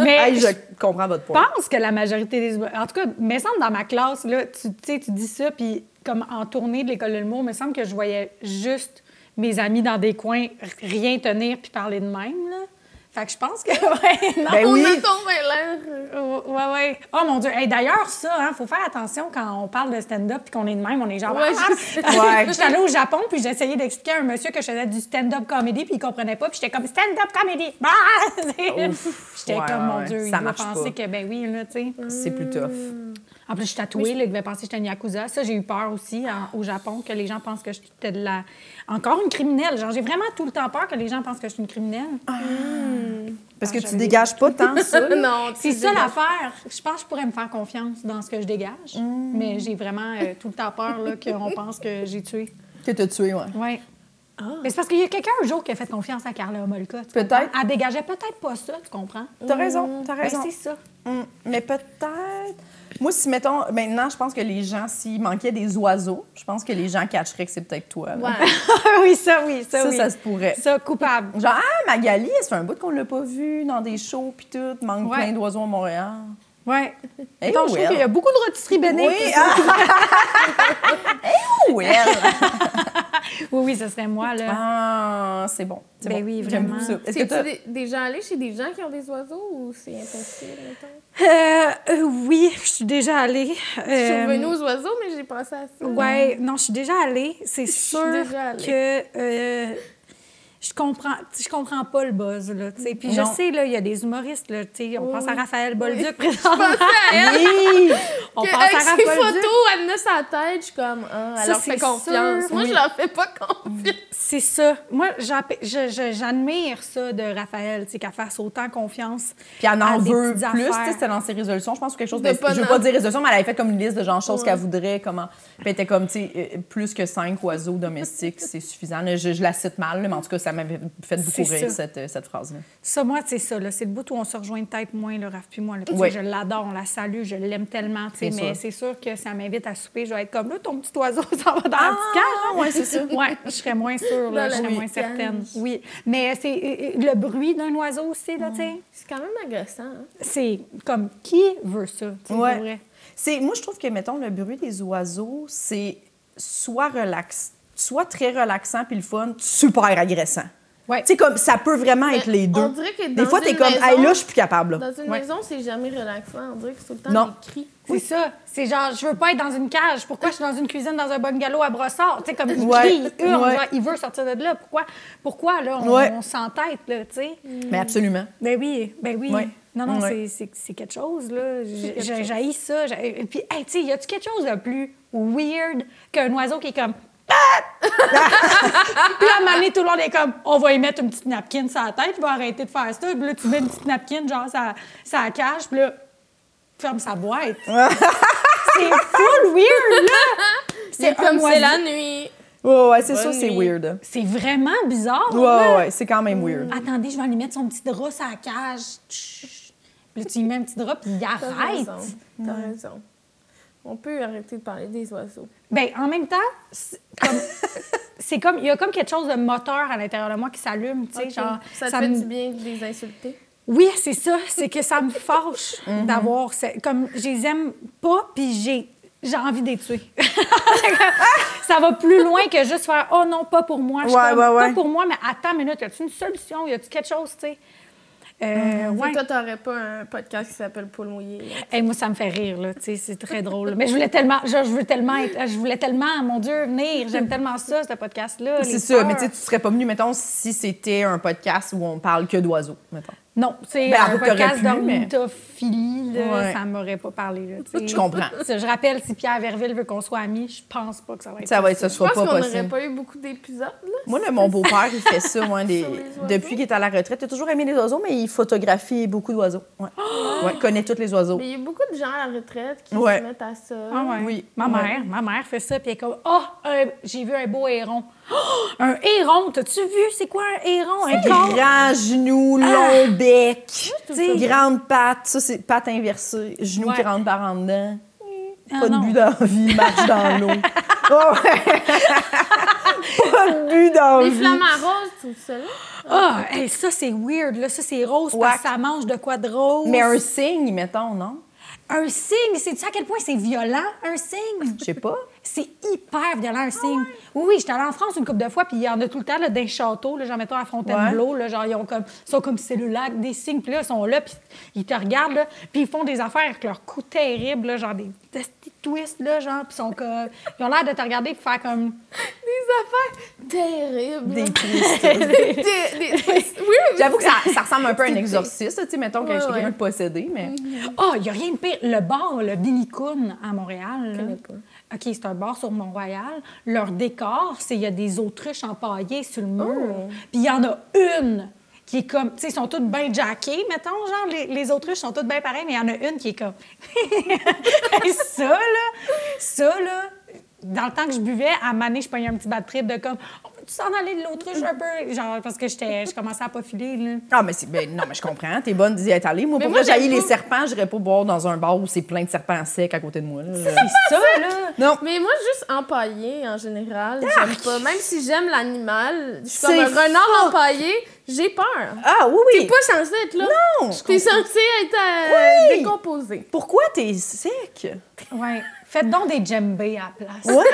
Mais Hey, je je comprends votre point. pense que la majorité des... hum, En tout cas, me semble dans ma classe, là, tu tu sais, tu dis ça, puis comme en tournée de l'école de l'humour, me semble que je voyais juste mes amis dans des coins r- rien tenir puis parler de même, là. Fait que je pense que, ouais, non. Ben On oui. a tombé l'air. euh, Ouais, ouais. Oh mon Dieu. Hey, D'ailleurs, ça, hein, faut faire attention quand on parle de stand-up puis qu'on est de même, on est genre. Ouais, ah, je ah. sais. Ouais. J'étais allée au Japon puis j'ai essayé d'expliquer à un monsieur que je faisais du stand-up comedy puis il comprenait pas puis j'étais comme stand-up comedy. Ah! j'étais Ouais, ouais, comme mon ouais. Dieu, Ça il doit marche penser pas. que ben oui là, tu sais. C'est plus tough. En plus, je suis tatouée, là, il devait penser que j'étais une yakuza. Ça, j'ai eu peur aussi hein, au Japon que les gens pensent que j'étais de la. Encore une criminelle. Genre, j'ai vraiment tout le temps peur que les gens pensent que je suis une criminelle. Ah, Parce que Ah, tu j'avais- dégages pas tant ça. là. non, tu C'est ça dégages. l'affaire. Je pense que je pourrais me faire confiance dans ce que je dégage, Mm. mais j'ai vraiment euh, tout le temps peur là, qu'on pense que j'ai tué. que t'as tué, ouais. Oui. Ah. Mais c'est parce qu'il y a quelqu'un un jour qui a fait confiance à Carla Molka. tu Peut-être. comprends? Elle dégageait peut-être pas ça, tu comprends? T'as raison, t'as raison. Ben, c'est ça. Mm, mais peut-être. Moi, si mettons, maintenant, je pense que les gens, s'il manquait des oiseaux, je pense que les gens catcheraient que c'est peut-être toi. là. Ouais. oui, ça, oui, ça, Ça, oui. ça se pourrait. Ça, coupable. Genre, ah, Magali, ça fait un bout qu'on l'a pas vu dans des shows puis tout, manque Ouais. plein d'oiseaux à Montréal. Oui. Hey, Attends, je Will. trouve qu'il y a beaucoup de rôtisseries bénéfiques. Eh Oui, ah! ah. oh, Eh, ouais. oui, oui, ça serait moi, là. Ah, c'est bon. c'est Ben bon. oui, J'aime vraiment. beaucoup ça. Est-ce que C'est t'as- des, déjà allé chez des gens qui ont des oiseaux ou c'est impossible, mettons? Euh, euh, oui, je suis déjà allée. Je suis Euh, revenue aux oiseaux, mais j'ai pensé à ça. Ouais, non, je suis déjà allée. C'est suis sûr déjà allée. que euh, je comprends, tu sais, je comprends pas le buzz là. tu sais. Puis Non. je sais là, il y a des humoristes là. tu sais, On Oui, pense à oui. Raphaël Bolduc Oui. présentement. Oui! On Que pense avec à ses Raphaël photos, Bolduc. elle en a sa tête, je suis comme, ah, Ça, elle leur c'est fait confiance. sûr, Moi, oui. Mm. je leur fais pas confiance. C'est ça. Moi, j'app- je- je- j'admire ça de Raphaël, tu sais, qu'elle fasse autant confiance. Puis elle à en Ah, des veut petites plus, tu affaires. sais, c'était dans ses résolutions, je pense, ou quelque chose. De mais pas je veux non. pas dire résolution, mais elle avait fait comme une liste de genre choses Ouais. qu'elle voudrait, comment. Puis elle était comme, tu sais, euh, plus que cinq oiseaux domestiques, c'est suffisant. Là, Je, je la cite mal, là, mais en tout cas, ça m'avait fait beaucoup C'est rire, ça. cette, euh, cette phrase-là. Ça, moi, c'est ça. là. C'est le bout où on se rejoint peut-être moins, le Raph puis moi. là. Tu sais, Oui. Je l'adore, on la salue, je l'aime tellement. tu sais, Bien Mais sûr. c'est sûr que ça m'invite à souper. Je vais être comme là, ton petit oiseau s'en va dans la petite cage. Ah, hein? ouais, c'est ça. Ouais, je serais moins Dans sûre, la là, je serais petite moins cage. certaine. Oui. Mais c'est euh, euh, le bruit d'un oiseau aussi, là, tu sais. C'est quand même agressant. hein. C'est comme qui veut ça, tu sais, pour Ouais. vrai? C'est, moi, je trouve que, mettons, le bruit des oiseaux, c'est soit relax, soit très relaxant puis le fun, super agressant. Ouais. Tu sais, comme, ça peut vraiment être Mais les deux. Euh, on dirait que Des dans fois, t'es une comme, maison- hey, là, je suis plus capable. là. Dans une Ouais. maison, c'est jamais relaxant. On dirait que c'est tout le temps Non. des cris. C'est ça. C'est genre, je veux pas être dans une cage. Pourquoi je suis dans une cuisine, dans un bungalow à brossard? Tu sais, comme il Ouais. crie, il hurle, Ouais. genre, il veut sortir de là. Pourquoi, pourquoi là, on, Ouais. on s'entête, là, tu sais? Mais absolument. Ben oui, ben oui. Ouais. Non, non, Ouais. c'est- c'est c'est quelque chose, là. J'ai- quelque j'ai- chose. J'haïs ça. j'ai- Et Puis, hey, tu sais, y a-tu quelque chose de plus weird qu'un oiseau qui est comme... Ah! puis là, à un moment donné, tout le monde est comme, on va y mettre une petite napkin sur la tête, il va arrêter de faire ça. Puis là, tu mets une petite napkin, genre, ça, ça cache, puis là, ferme sa boîte. c'est full weird, là! C'est un comme oiseau. c'est la nuit. Ouais, ouais, c'est ça, Bonne c'est nuit. weird. C'est vraiment bizarre, Ouais, là. ouais, ouais, c'est quand même Mm. weird. Attendez, je vais lui mettre son petit drap sur la cage. Chut. Puis là, tu lui mets un petit drap, puis il T'as arrête. raison. T'as raison. On peut arrêter de parler des oiseaux. Ben, en même temps, c'est comme- c'est comme, il y a comme quelque chose de moteur à l'intérieur de moi qui s'allume, tu sais, Ok. genre. ça te fait me- du bien de les insulter. Oui, c'est ça. C'est que ça me fâche Mhm. d'avoir. ce- Comme, je les aime pas, puis j'ai. J'ai envie de les tuer. ça va plus loin que juste faire Oh non, pas pour moi. Je suis Ouais, comme, ouais, ouais. Pas pour moi, mais attends une minute, y a-tu une solution? Y a-tu quelque chose, tu sais? Euh, Et ouais. Toi, t'aurais pas un podcast qui s'appelle Paul Mouillé. Hey, moi, ça me fait rire, là. Tu sais, c'est très drôle. Mais je voulais tellement, je, je veux tellement être- je voulais tellement, mon Dieu, venir. J'aime tellement ça, ce podcast-là. les C'est ça, mais peurs. tu sais, tu serais pas venu, mettons, si c'était un podcast où on parle que d'oiseaux, mettons. Non, tu sais, Ben, un avoue que t'aurais podcast pu, mais- d'ornithophilie, là, Ouais. ça m'aurait pas parlé, là. tu sais. Je comprends. Ça, Je rappelle, si Pierre Verville veut qu'on soit amis, je pense pas que ça va être Ça va être, ce Je soit pense qu'on pas n'aurait possible. pas eu beaucoup d'épisodes, là. Moi, là, mon beau-père, il fait ça, moi, des- Sur les oiseaux. depuis qu'il est à la retraite. Il a toujours aimé les oiseaux, mais il photographie beaucoup d'oiseaux. Ouais. Ouais, il connaît tous les oiseaux. Mais il y a beaucoup de gens à la retraite qui Ouais. se mettent à ça. Ah ouais. Oui. Ma Ouais. mère, ma mère fait ça, puis elle est comme, ah, un- j'ai vu un beau héron. Oh, un héron, t'as-tu vu? C'est quoi un héron? Un Des corps? grands genoux, Ah! long bec, trouve ça- grande patte. Ça, c'est patte inversée. Genoux Ouais. qui rentrent par en dedans. Ah pas de non. but d'envie, marche dans l'eau. Oh, ouais. pas de but Les d'envie. flamants roses, tout ça, là. Ah, hey, ça, c'est weird, là. Ça, c'est rose parce Whack. que ça mange de quoi de rose. Mais un signe, mettons, non? Un signe, sais-tu à quel point c'est violent, un signe? Je sais pas. C'est hyper violent, un signe. Oui, oui, j'étais allée en France une couple de fois, puis il y en a tout le temps, là, d'un château, là, genre, mettons, à Fontainebleau, là, genre, ils ont comme, ils sont comme cellulaires, des signes, puis là, ils sont là, puis ils te regardent, là, puis ils font des affaires avec leurs coups terribles, là, genre, des petits twists, là, genre, puis ils sont comme, ils ont l'air de te regarder puis faire comme... Des affaires terribles. Des des, des- des- oui, oui, J'avoue que ça, ça ressemble un peu à un exorciste, tu sais, mettons que Ouais, je suis ouais. quelqu'un de possédé, mais... Ah, il n'y a rien de pire. Le bar, le Billy Coon à Montréal. là. connais pas. OK, c'est un bar sur Mont-Royal. Leur décor, c'est il y a des autruches empaillées sur le mur. Oh. Puis il y en a une qui est comme, tu sais, ils sont toutes bien jackées, mettons, genre, les, les autruches sont toutes bien pareilles, mais il y en a une qui est comme... Hey, ça, là, ça, là, dans le temps que je buvais, à Mané, je prenais un petit bad trip de comme, on peut-tu s'en aller de l'autruche un peu? Genre, parce que j'étais- je commençais à pas filer, là. Ah, mais c'est... Ben, non, mais je comprends, t'es bonne d'y être allée. Moi, pour moi, moi, j'haïs j'aime les pas. serpents, j'irais pas boire dans un bar où c'est plein de serpents secs à côté de moi, là. C'est ça, là. Non, Mais moi, juste empaillé en général, j'aime pas. Même si j'aime l'animal, je suis comme C'est un renard fort. empaillé, j'ai peur. Ah oui, oui. T'es pas censé être là. Non! T'es censé être euh, Oui. décomposé. Pourquoi t'es sec? Ouais. Faites donc des djembés à la place. Ouais.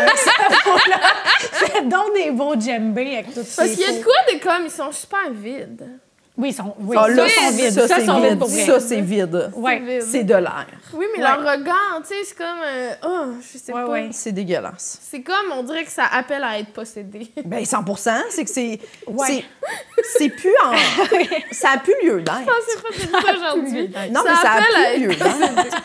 Faites donc des bons djembés avec tout ça. Parce qu'il y a de quoi des comme, ils sont super vides. Oui, ils sont, oui, Ah, ça, là, ils sont ça, vides. Ça, Ça, c'est ils sont vides pour vide. vrai. Ça, c'est vide. Ouais. C'est vide. C'est de l'air. Oui, mais Ouais. leur regard, tu sais, c'est comme. euh, oh, je sais Ouais, pas. ouais. C'est dégueulasse. C'est comme, on dirait que ça appelle à être possédé. Ben 100 c'est que c'est... Ouais. c'est- C'est plus en... ça a plus lieu d'être. Je pensais pas que c'était ça aujourd'hui. Non, mais ça a appelle à plus être- lieu d'être.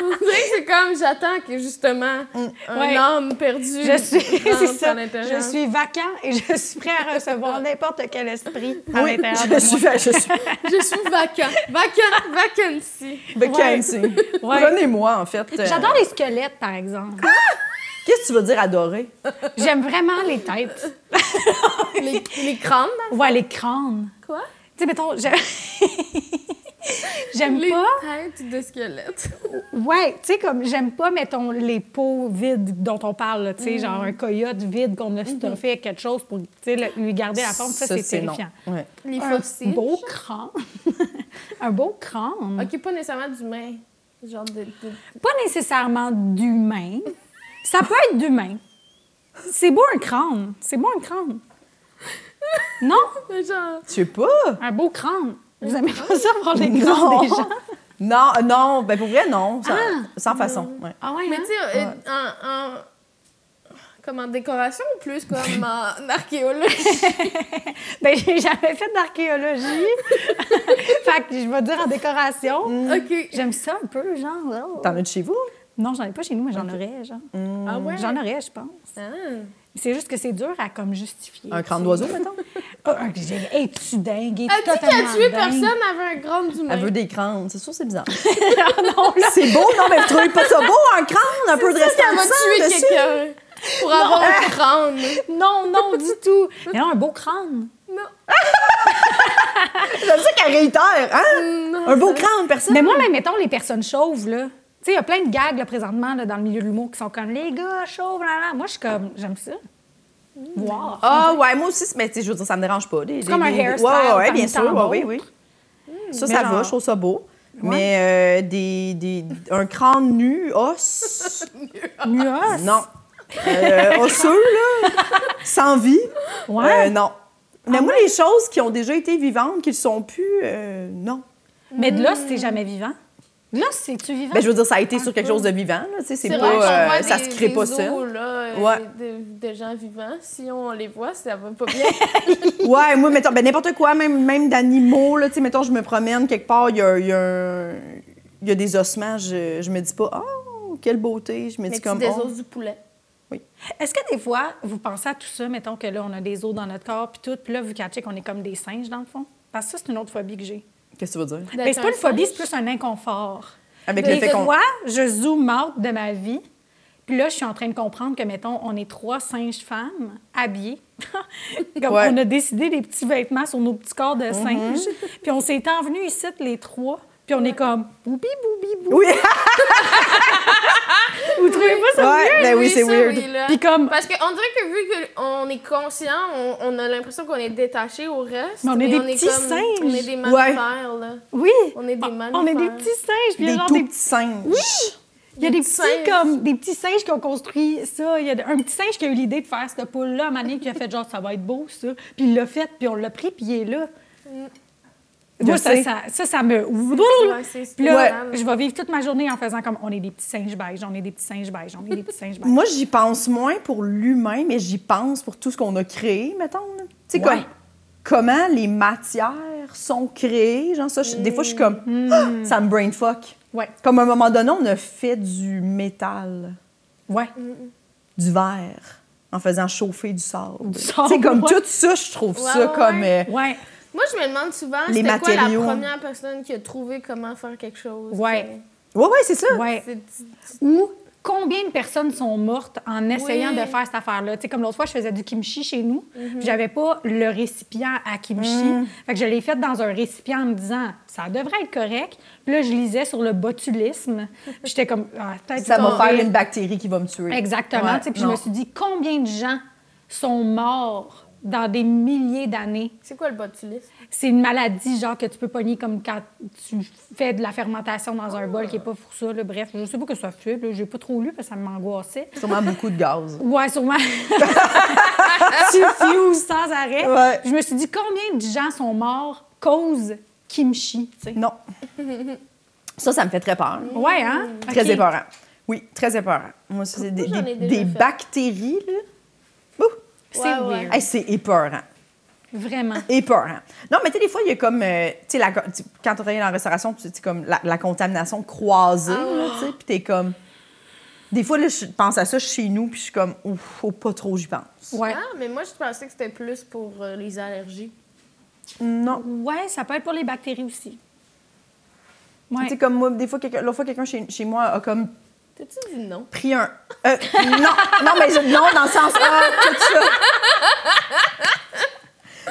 On dirait que c'est comme, j'attends que justement, un Ouais. homme perdu. Je suis, c'est rentre à ça. l'intérieur. Je suis vacant et je suis prêt à recevoir n'importe quel esprit à Ah. Oui, l'intérieur de je suis... Je suis... Je suis vacant. Vacant, vacancy. vacancy. Ouais. Prenez-moi, en fait. euh, J'adore les squelettes, par exemple. Qu'est-ce que tu veux dire adorer? J'aime vraiment les têtes. Les, les crânes, hein? dans Ouais, les crânes. le- quoi? Tu sais, mettons, j'aime j'aime Les pas... têtes de squelettes. Ouais, tu sais, comme j'aime pas, mettons, les pots vides dont on parle, là, tu sais, genre un coyote vide qu'on a stuffé avec quelque chose pour, tu sais, le- lui garder la forme, Mm-hmm. ça, c'est non. terrifiant. Ouais. Les Un fossiles. beau crâne. un beau crâne. Ok, pas nécessairement d'humains. Genre de. de- Pas nécessairement d'humain. Ça peut être d'humain. C'est beau un crâne. C'est beau un crâne. Non? de genre. Tu sais pas? Un beau crâne. Vous aimez pas ça voir les crânes Non. des gens? Non, euh, non, ben pour vrai, non. Sans, sans façon. ouais. Ah ouais, Mais hein? tu sais, euh, en, en- Comme en décoration ou plus comme en archéologie? Ben, j'ai jamais fait d'archéologie. fait que je vais dire en décoration. ok. Mm. J'aime ça un peu, genre. oh. T'en as de chez vous? Non, j'en ai pas chez nous, mais j'en aurais, genre. Ah ouais? J'en aurais, je pense. Ah. C'est juste que c'est dur à comme justifier. Un crâne tu d'oiseau, sais. mettons? Ah, un- j'ai- Es-tu dingue? Es-tu Elle dit qu'elle a totalement tué dingue? personne avec un grand humain. Elle veut des crânes. C'est sûr, c'est bizarre. Ah non, là, C'est beau, non, mais vous trouvez pas ça beau, un crâne, un peu de Elle va restant tuer dessus? Ah! quelqu'un pour avoir un crâne. non, non, du tout. Mais non, un beau crâne. Non. J'aime ça qu'elle réitère, hein? Mm, Non. Un beau crâne, personne. Mais moi, même, mettons, les personnes chauves, là. Tu sais, il y a plein de gags, là, présentement, là, dans le milieu de l'humour, qui sont comme les gars chauves, là, là. Moi, je suis comme, j'aime ça. Wow. Ah, ouais, moi aussi, mais tu sais, je veux dire, ça me dérange pas. C'est comme un hairstyle Ouais, ouais, parmi bien sûr, tant ouais, oui, Mm. oui. Ça, mais ça genre- va, je trouve ça beau. Mais euh, des, des, un crâne nu, os, Nuance. non. Euh, osseux, là, sans vie, Ouais. euh, non. Ah Mais moi, les choses qui ont déjà été vivantes, qui ne sont plus, euh, non. Mais de là, euh, c'est jamais vivant. Là, c'est-tu vivant? Ben, je veux dire, ça a été Un sur quelque peu. chose de vivant, là, tu sais, c'est Ah, C'est pas, vrai qu'on euh, voit ça des- se crée des pas os, ça. Là, euh, Ouais. de, de gens vivants. Si on les voit, ça va pas bien. Ouais, moi, mettons, ben, n'importe quoi, même, même d'animaux, là, tu sais, mettons, je me promène quelque part, il y a, il y a un- il y a des ossements, je, je me dis pas, oh, quelle beauté, je me Mais dis tu comme, des oh. os du poulet. Est-ce que des fois, vous pensez à tout ça, mettons que là, on a des os dans notre corps, puis tout, puis là, vous catchez qu'on est comme des singes, dans le fond? Parce que ça, c'est une autre phobie que j'ai. oh, qu'est-ce que tu veux dire? Mais c'est pas une D'être un phobie, c'est singe. plus un inconfort. Avec Des le fait qu'on. fois, je zoome out de ma vie, puis là, je suis en train de comprendre que, mettons, on est trois singes femmes habillées. Comme Ouais. Mhm. on a décidé des petits vêtements sur nos petits corps de singes, puis on s'est envenus ici, les trois, puis on est comme boubi, boubi, boubi. Oui, Vous trouvez pas ça ouais, ben oui, c'est ça, weird. oui, là. Puis comme- Parce qu'on dirait que vu qu'on est conscient, on, on a l'impression qu'on est détaché au reste. Mais on est mais des petits comme- singes. On est des Ouais. mammifères, là. Oui! On est des On est des mammifères. petits singes, puis Des genre tout des petits singes. Oui! Il y a des, Des petits, singes. comme, des petits singes qui ont construit ça. Il y a de- un petit singe qui a eu l'idée de faire cette poule-là, à un moment donné, qui a fait genre, ça va être beau, ça. Puis il l'a fait, puis on l'a pris, puis il est là. Moi, Je ça, sais. ça, ça, ça me. c'est spécial. Puis là, Ouais. je vais vivre toute ma journée en faisant comme, on est des petits singes beiges, on est des petits singes beiges, on est des petits singes beiges. Moi, j'y pense moins pour l'humain, mais j'y pense pour tout ce qu'on a créé, mettons. là. Tu sais, Ouais. comme comment les matières sont créées. Genre, ça, je- des fois, je suis comme, Ah! ça me brain fuck. Ouais. Comme à un moment donné, on a fait du métal, Ouais. du verre, en faisant chauffer du sable. Tu sable, sais, comme ouais. tout ça, je trouve Ouais, ça ouais, comme. euh, ouais. Ouais. Moi, je me demande souvent, Les c'était quoi la matériaux. première personne qui a trouvé comment faire quelque chose. Ouais. euh, Ouais, ouais, c'est ça. Ouais. C'est- Ou combien de personnes sont mortes en essayant Oui. de faire cette affaire-là. Tu sais, comme l'autre fois, je faisais du kimchi chez nous, Mhm. puis j'avais pas le récipient à kimchi. Fait que je l'ai fait dans un récipient en me disant, ça devrait être correct. Puis là, je lisais sur le botulisme. Puis j'étais comme, Ah, peut-être Ça qu'on va faire aurait- une bactérie qui va me tuer. Exactement. Ouais, tu sais, puis je non. me suis dit, combien de gens sont morts dans des milliers d'années C'est quoi le botulisme? c'est une maladie, genre, que tu peux pogner comme quand tu fais de la fermentation dans un bol qui n'est pas pour ça. là. Bref, je sais pas que ça fait. Je n'ai pas trop lu parce que ça m'angoissait. Sûrement beaucoup de gaz. Ouais, sûrement. tu fuses sans arrêt. Ouais. Je me suis dit, combien de gens sont morts cause kimchi? tu sais? Non. Ça, ça me fait très peur. Ouais, hein? Très Ok. épeurant. Oui, très épeurant. Moi, ça, c'est des, j'en des- ai déjà des fait. bactéries, là. Ouh! C'est Ouais, ouais. weird. Hey, c'est épeurant. Vraiment. Épeurant. hein. Non, mais tu sais, des fois, il y a comme. euh, tu sais, la co- tu- quand tu travailles dans la restauration, tu sais, comme la, la contamination croisée, Ah. là, tu sais, puis t'es comme. Des fois, là, je pense à ça chez nous, puis je suis comme, ouf, faut pas trop, j'y pense. Ouais. Ah, mais moi, je pensais que c'était plus pour euh, les allergies. Non. Ouais, ça peut être pour les bactéries aussi. Tu sais, Ouais. comme moi, des fois, quelqu'un- l'autre fois, quelqu'un chez, chez moi a comme T'as-tu dit non? pris un. euh, non, non, mais je- non, dans le sens. Ah, tout ça.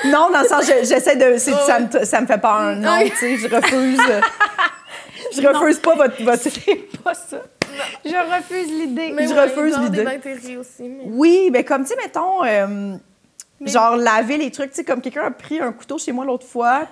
Non, dans le sens, je- j'essaie de. c'est- ça, me, ça me fait peur. Non, oui. tu sais, je refuse. Je refuse pas votre. votre- C'est pas ça. Je refuse l'idée. Mais Je ouais, refuse genre l'idée. des bactéries aussi. Mais... Oui, mais comme, tu sais, mettons, euh, Mais- genre laver les trucs. Tu sais, comme quelqu'un a pris un couteau chez moi l'autre fois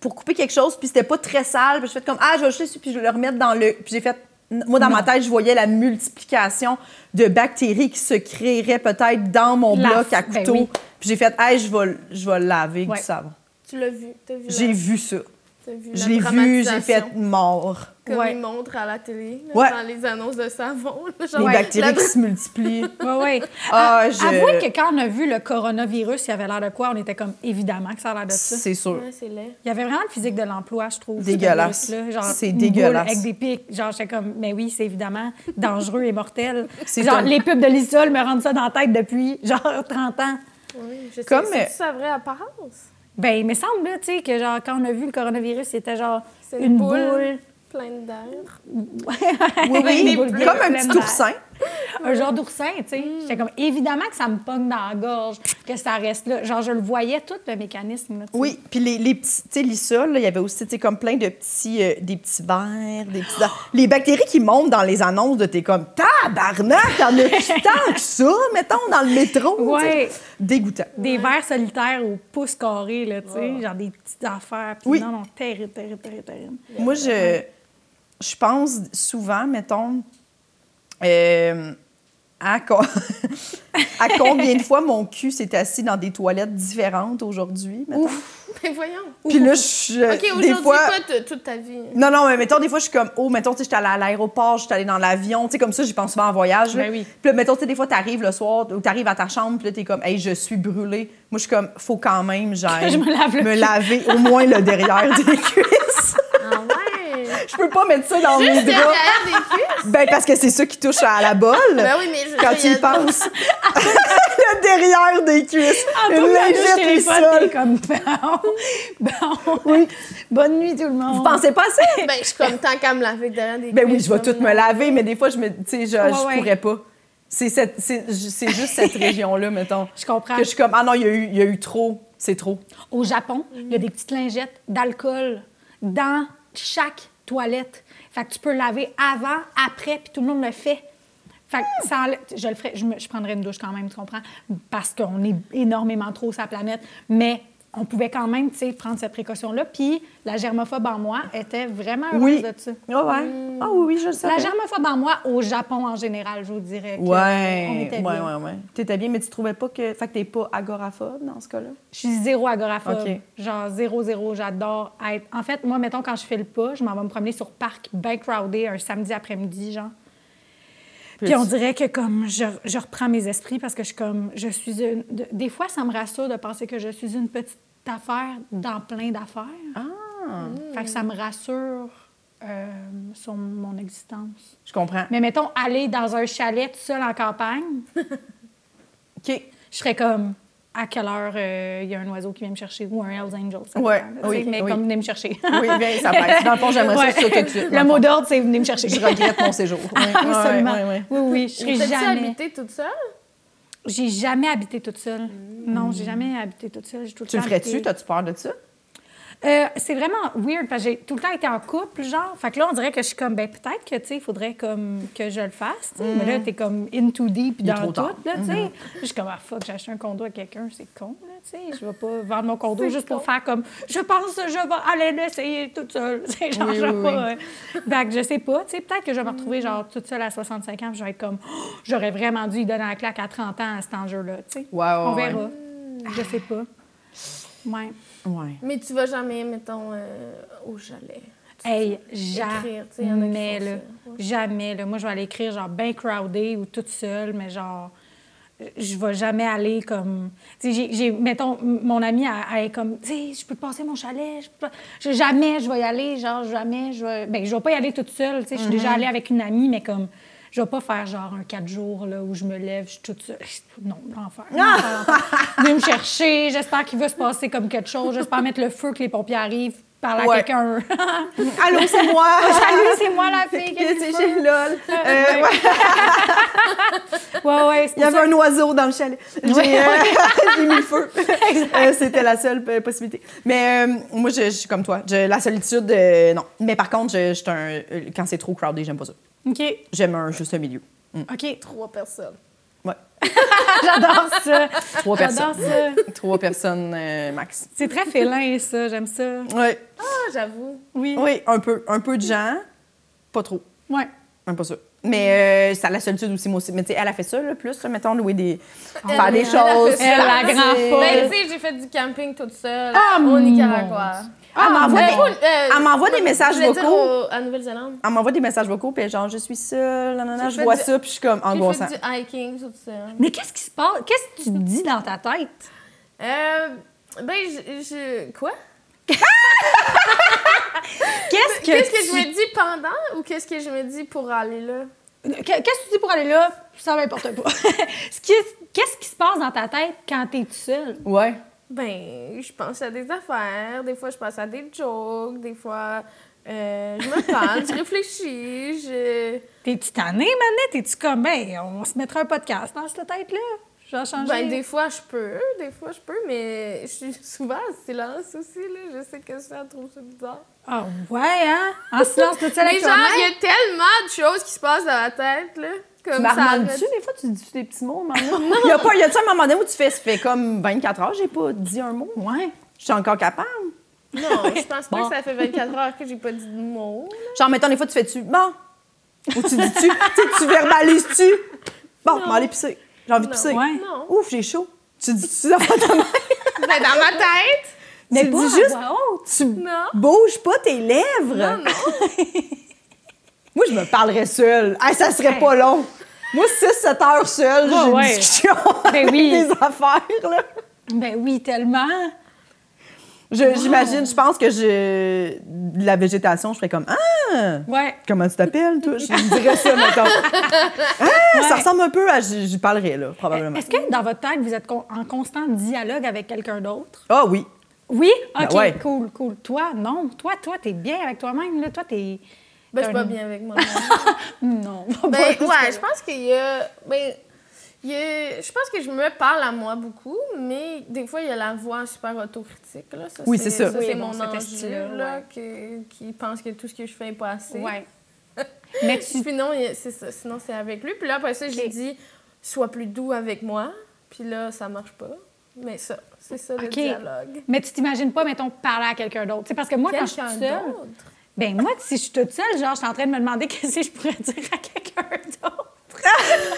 pour couper quelque chose, puis c'était pas très sale. Puis je fais comme, ah, je vais jeter dessus, puis je vais le remettre dans le. Puis j'ai fait. Moi, dans ma tête, je voyais la multiplication de bactéries qui se créeraient peut-être dans mon La- bloc à ben couteau. oui. Puis j'ai fait, hey, je vais, le- je vais le laver avec Ouais. du savon. Tu l'as vu. T'as vu la- J'ai vu ça. t'as vu la Je l'ai vu, j'ai dramatisation, fait mort. Comme Ouais. ils montrent à la télé, là, Ouais. dans les annonces de savon. là, genre, Les la- bactéries qui se multiplient. Oui, oui. Ah, Ah, je- Avouez que quand on a vu le coronavirus, il y avait l'air de quoi? On était comme, évidemment que ça a l'air de ça. C'est sûr. Ouais, c'est laid. Il y avait vraiment le physique de l'emploi, je trouve. Dégueulasse. ce virus-là. Genre, C'est une boule dégueulasse. Avec des pics. Genre, j'étais comme, mais oui, c'est évidemment dangereux et mortel. C'est Genre, un- les pubs de Lysol me rendent ça dans la tête depuis, genre, 30 ans. Oui, je sais. Comme- euh, C'est-tu sa vraie apparence? Ben, il me semble, là, tu sais, que genre, quand on a vu le coronavirus, c'était genre C'est une boule. pleine d'air. Oui, Avec oui, des boules comme un pleines petit d'air. oursin. un genre d'oursin, tu sais. J'étais comme, évidemment que ça me pogne dans la gorge, que ça reste là. Genre, je le voyais tout le mécanisme. là, tu sais. Oui, puis les, les petits, tu sais, Lysol, là, il y avait aussi, tu sais, comme plein de petits, euh, des petits verres, des petits... Oh! les bactéries qui montent dans les annonces de t'es comme « Tabarnak, t'en as tant que ça, mettons, dans le métro! tu sais. Ouais. Dégoûtant. Des verres solitaires au pouce carré, là, tu sais, genre des petites affaires. Puis Oui. non, non, terrible, terrible, terrible, terrible. Moi, je, je pense souvent, mettons, euh, à, co- à combien de fois mon cul s'est assis dans des toilettes différentes aujourd'hui, mettons. Mais voyons. Puis là, je... OK, des aujourd'hui, fois... pas t- toute ta vie. Non, non, mais mettons, des fois, je suis comme, oh, mettons, tu sais, j'étais allée à l'aéroport, j'étais allée dans l'avion, tu sais, comme ça, j'y pense souvent en voyage. là. Ben oui. Puis là, mettons, tu sais, des fois, t'arrives le soir ou t'arrives à ta chambre, puis là, t'es comme, hey, je suis brûlée. Moi, je suis comme, faut quand même, j'aille Que je me lave le cul. laver au moins le derrière des cuisses. Ah ouais! Je peux pas mettre ça dans mes draps. Juste derrière des cuisses? Ben, parce que c'est ça qui touche à la bolle. Ben oui, mais je Quand il tu y y a- penses. le derrière des cuisses. En Une tournant le lingette et téléphone, sol. t'es comme bon. Bon. Bonne nuit, tout le monde. Vous pensez pas à ça? Ben, je suis comme tant qu'à me laver derrière des Ben oui, cuisses. je vais tout comme me non. laver, mais des fois, je me, tu sais, je, Ouais, je ouais. pourrais pas. C'est cette- c'est ju- c'est juste cette région-là, mettons. Je comprends. Ah, Que je suis comme, ah non, il y a eu, il y a eu trop, c'est trop. Au Japon, il y a des petites lingettes d'alcool dans chaque toilette. Fait que tu peux laver avant, après, puis tout le monde le fait. Fait que ça enlè- je le ferais, je, me- je prendrais une douche quand même, tu comprends? Parce qu'on est énormément trop sur la planète. Mais on pouvait quand même, tu sais, prendre cette précaution-là. Puis la germophobe en moi était vraiment heureuse Oui. de ça. Hmm. Ah ouais. Ah oui, oui, je le sais. La germophobe en moi, au Japon en général, je vous dirais. que on Ouais, était ouais, bien. ouais, ouais. T'étais bien, mais tu trouvais pas que. Fait que t'es pas agoraphobe dans ce cas-là? Je suis zéro agoraphobe. OK. Genre zéro, zéro. J'adore être... En fait, moi, mettons, quand je fais le pas, je m'en vais me promener sur parc bien crowdé un samedi après-midi, genre. Puis on dirait que comme je, je reprends mes esprits parce que je suis comme je suis une de- des fois ça me rassure de penser que je suis une petite affaire dans plein d'affaires. Mm. Ah, Fait que ça me rassure euh, sur mon existence. je comprends. Mais mettons aller dans un chalet tout seul en campagne, OK. je serais comme à quelle heure euh, il y a un oiseau qui vient me chercher ou un Hells Angel. ça Ouais, dépend, là, tu oui, sais, mais oui. comme venez me chercher. Oui, bien, ça passe. Dans le fond, j'aimerais ça Ouais. que tu t'occupes. Le mot d'ordre, c'est venez me chercher. Je regrette mon séjour. Oui, Ah, ouais, seulement. ouais, ouais. Oui, oui, je serais T'as-tu jamais. habité toute seule? J'ai jamais habité toute seule. Non, j'ai jamais habité toute seule. J'ai tout le Mm. Tu le temps ferais-tu? habité- T'as-tu peur de ça? Euh, c'est vraiment weird parce que j'ai tout le temps été en couple, genre. Fait que là, on dirait que je suis comme, ben peut-être que, tu sais, il faudrait comme que je le fasse. tu sais. Mais là, t'es comme in too deep Mm. est dans trop tout, tard. Mm-hmm. là, tu sais. Je suis comme, ah fuck, j'ai acheté un condo à quelqu'un, c'est con, là, tu sais. Je vais pas vendre mon condo juste pour faire comme, je pense, que je vais aller l'essayer toute seule. Tu sais, genre, Oui, je vais oui, Mm. pas. euh, fait que je sais pas, tu sais. Peut-être que je vais me retrouver, genre, toute seule à 65 ans, puis je vais être comme, Oh, j'aurais vraiment dû y donner la claque à 30 ans à cet enjeu-là, tu sais. Ouais, ouais, on ouais. verra. Je sais pas. Ouais. Oui. Mais tu vas jamais, mettons, euh, au chalet. Hey, écrire, tu sais, y en a qui jamais, font là. ça, Jamais, là. Moi, je vais aller écrire, genre, bien crowded ou toute seule, mais genre, je vais jamais aller comme. Tu sais, j'ai- j'ai, mettons, m- mon amie, elle, elle est comme, tu sais, je peux te passer mon chalet, je peux pas- je- jamais je vais y aller, genre, jamais je vais. Ben, je vais pas y aller toute seule, tu sais. Je suis Mm-hmm. déjà allée avec une amie, mais comme. Je vais pas faire genre un quatre jours là, où je me lève, je suis toute seule. Non, l'enfer. Ah! l'enfer, l'enfer. Venez me chercher, j'espère qu'il va se passer comme quelque chose, j'espère mettre le feu que les pompiers arrivent, parler Ouais. à quelqu'un. Allô, c'est moi! Salut, Ah, c'est moi la fille qui a C'est du chez feu. LOL. Euh, ouais, Ouais, ouais, c'est il y pour avait ça. un oiseau dans le chalet. J'ai euh, j'ai mis le feu. Euh, C'était la seule euh, possibilité. Mais euh, moi, je, je suis comme toi. Je- la solitude, euh, non. Mais par contre, je, je suis un, euh, quand c'est trop crowded, j'aime pas ça. OK, J'aime un juste un milieu. OK, Trois personnes. Ouais. j'adore ça. Trois personnes. J'adore ça. Trois personnes euh, max. C'est très félin, ça, j'aime ça. Ouais. Ah, j'avoue. Oui. Oui, un peu. Un peu de gens, pas trop. Ouais. Même pas sûr. Mais euh, ça, la solitude aussi, moi aussi. Mais tu sais, elle a fait ça, là, plus, là, mettons, louer des. faire Elle, des elle a choses. fait ça. Elle, la partir. grande folle. Ben, tu sais, j'ai fait du camping toute seule Ah, au mon Ah, Nicaragua. Elle m'envoie Euh, des- au- euh, elle m'envoie des messages je voulais dire vocaux. au- à Nouvelle-Zélande. Elle m'envoie des messages vocaux, puis elle est genre, je suis seule, nanana, je J'ai fait vois du- ça, puis je suis comme J'ai angoissant. fait du hiking toute seule. Mais qu'est-ce qui se passe? Qu'est-ce que tu te dis dans ta tête? Euh, ben, je, je- Quoi? Qu'est-ce que, Qu'est-ce que je tu- me dis pendant ou qu'est-ce que je me dis pour aller là? Qu'est-ce que tu dis pour aller là? Ça m'importe pas. Ce qui- Qu'est-ce qui se passe dans ta tête quand t'es tout seul? Ouais. Ben, je pense à des affaires, des fois je pense à des jokes, des fois euh, je me parle, je réfléchis, je... T'es-tu tanné, Manette? T'es-tu comme, ben, on se mettra un podcast dans cette tête-là? Je vais changer. Ben, des fois je peux, des fois je peux, mais je suis souvent en silence aussi, là. Je sais que ça trouve ça bizarre. Ah, ouais, hein? En silence, tout seul Mais avec genre, toi-même? il y a tellement de choses qui se passent dans la tête, là. Tu Comme ça. marmonnes-tu? Des fois, tu dis des petits mots, maman. Il y a pas, il y a un moment donné où tu fais, ça fait comme 24 heures, j'ai pas dit un mot. Ouais. Je suis encore capable. Non, je pense pas Bon. que ça fait 24 heures que j'ai pas dit de mots. Genre, mettons, des fois, tu fais-tu, bon. Ou tu dis-tu, tu sais, tu verbalises-tu. Bon, m'en aller pisser. J'ai envie de Non. pisser. Ouais. Non. Ouf, j'ai chaud. Tu dis-tu dans ta main? Ben, dans ma tête! Mais tu pas dis à juste, voix haute. tu Non. bouges pas tes lèvres. Non, non. Moi, je me parlerais seule. Hey, ça serait Hey. pas long. Moi, 6-7 heures seule, Ah j'ai ouais. une discussion Ben avec oui. des affaires. Là. Ben oui, tellement. Je- J'imagine, je pense que je... de la végétation, je ferais comme Ah! Ouais. Comment tu t'appelles, toi? Je dirais ça, mettons. Ah, Ça ressemble un peu à. J'y parlerais, là, probablement. Est-ce que dans votre tête, vous êtes con- en constant dialogue avec quelqu'un d'autre? Ah oui. Oui? OK, Ben ouais. cool, cool. Toi, non. Toi, toi, t'es bien avec toi-même. Là. Toi, t'es... Ben, je suis t'as pas une- bien avec moi. Non. Ben, ouais, je pense qu'il y a. Ben, il y a- je pense que je me parle à moi beaucoup, mais des fois, il y a la voix super autocritique. Là. Ça, Oui, c'est ça. Ça, Oui, c'est bon, mon cet enjeu, aspect-là, là, ouais. que- qui pense que tout ce que je fais est pas assez. Ouais. Mais tu... Puis non, il y a- c'est ça. Sinon, c'est avec lui. Puis là, après ça, j'ai Ok. dit, sois plus doux avec moi. Puis là, ça marche pas. Mais ça, c'est ça le OK. dialogue. Mais tu t'imagines pas, mettons, parler à quelqu'un d'autre. Tu sais, parce que moi, quand je suis Quelqu'un toute seule, d'autre? ben moi, si je suis toute seule, genre, je suis en train de me demander qu'est-ce que je pourrais dire à quelqu'un d'autre.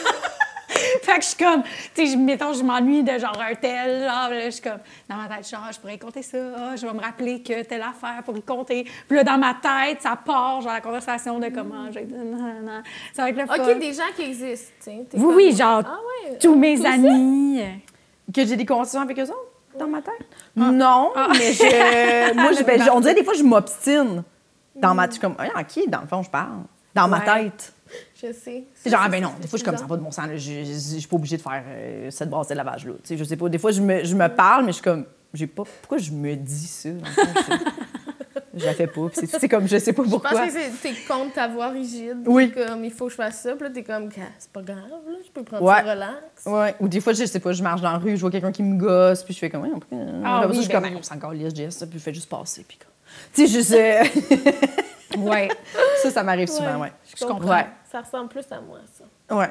fait que je suis comme, tu sais, je- mettons, je m'ennuie de genre un tel, genre, là, je suis comme, dans ma tête, genre, je pourrais compter ça, ah, je vais me rappeler que telle affaire pour y compter. Puis là, dans ma tête, ça part, genre, la conversation de comment, j'ai non, non, non. ça va être le fun. Hmm. OK, des gens qui existent, tu sais. T'es Oui, comme- oui, genre, Ah ouais. tous mes toi aussi? amis. Que j'ai des conversations avec eux autres dans ma tête? Ah. Non, mais je, moi, je, ben, Notre on dirait des fois, je m'obstine dans ma tête. Je suis comme, Hey, à qui, dans le fond, je parle? Dans ma Ouais. tête. Je sais. C'est genre, ah ben non, des fois, je suis comme ça, bizarre. a pas de bon sens, là, je je- je suis pas obligée de faire euh, cette brasse de lavage-là. Tu sais, je sais pas, des fois, je me, je me parle, mais je suis comme, j'ai pas, pourquoi je me dis ça? dans le fond, c'est- je la fais pas, puis c'est c'est comme, je sais pas Je pense pourquoi. que c'est- t'es contre ta voix rigide. Oui. T'es Comme, il faut que je fasse ça. Puis là, t'es comme, Ah, c'est pas grave, là, je peux prendre Ouais. ça relax. Ouais. Ou des fois, je sais pas, je marche dans la rue, je vois quelqu'un qui me gosse, puis je fais comme, ouais, on peut. Ah je oui, suis ben comme, oui. on s'en calisse, Jess, ça, puis je fais juste passer, puis comme. Tu sais, je sais. Ouais. ça, ça m'arrive souvent, ouais. Je comprends. Ouais. Ça ressemble plus à moi, ça. Ouais.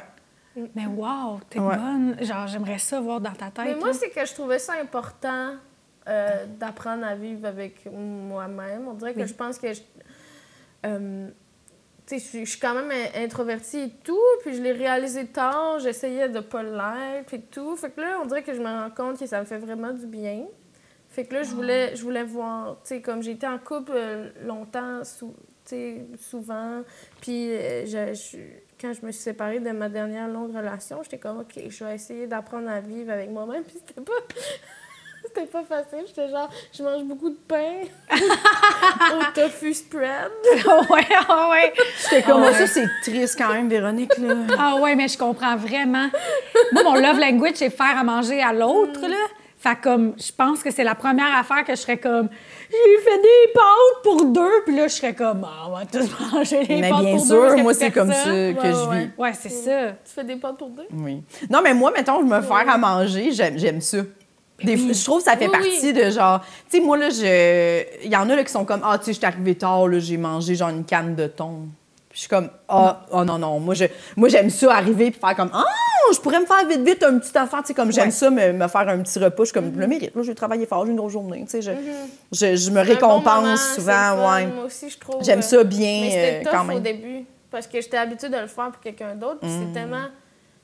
Mais wow, t'es Ouais. bonne. Genre, j'aimerais ça voir dans ta tête. Mais moi, là. c'est que je trouvais ça important euh, d'apprendre à vivre avec moi-même. On dirait que je pense que je. euh, tu sais, je suis- je suis quand même in- introvertie et tout, puis je l'ai réalisé tard, j'essayais de pas l'être et tout. Fait que là, on dirait que je me rends compte que ça me fait vraiment du bien. Fait que là, je voulais, je voulais voir, tu sais, comme j'ai été en couple euh, longtemps, sou- tu sais, souvent, puis euh, je- je- quand je me suis séparée de ma dernière longue relation, j'étais comme, OK, je vais essayer d'apprendre à vivre avec moi-même, puis c'était pas... C'était pas facile, j'étais genre, je mange beaucoup de pain au tofu spread. Ah ouais, ah ouais. J'étais comme, oh, Ah ça, ouais. c'est triste quand même, Véronique, là. Ah ouais, mais je comprends vraiment. Moi, mon love language, c'est faire à manger à l'autre, là. Fait comme, je pense que c'est la première affaire que je serais comme, j'ai fait des pâtes pour deux, puis là, je serais comme, Ah, on va tous manger les Mais pâtes bien pour deux. parce sûr, que moi, plus c'est comme ça personne. que Ouais, je ouais. vis. Ouais, c'est ça. Tu fais des pâtes pour deux? Oui. Non, mais moi, mettons, je me faire à manger, j'aime, j'aime ça. Des fois, je trouve que ça fait Oui, partie oui. de genre. Tu sais, moi, là, je. Il y en a là, qui sont comme Ah, tu sais, je suis arrivée tard, là, j'ai mangé genre une canne de thon. Puis je suis comme Ah, oh non, non. Moi, je, moi j'aime ça arriver puis faire comme Ah, je pourrais me faire vite, vite un petit enfant. Tu sais, comme j'aime Ouais. ça, me, me faire un petit repas. Je suis Mm-hmm. comme Le mérite, là, j'ai travaillé fort, j'ai une grosse journée. Tu sais, je, je, je me Un bon récompense moment, c'est souvent, le fun. ouais. Moi aussi, je trouve. J'aime ça bien Mais c'était euh, tough quand au même. Mm. début parce que j'étais habituée de le faire pour quelqu'un d'autre. Puis c'est tellement.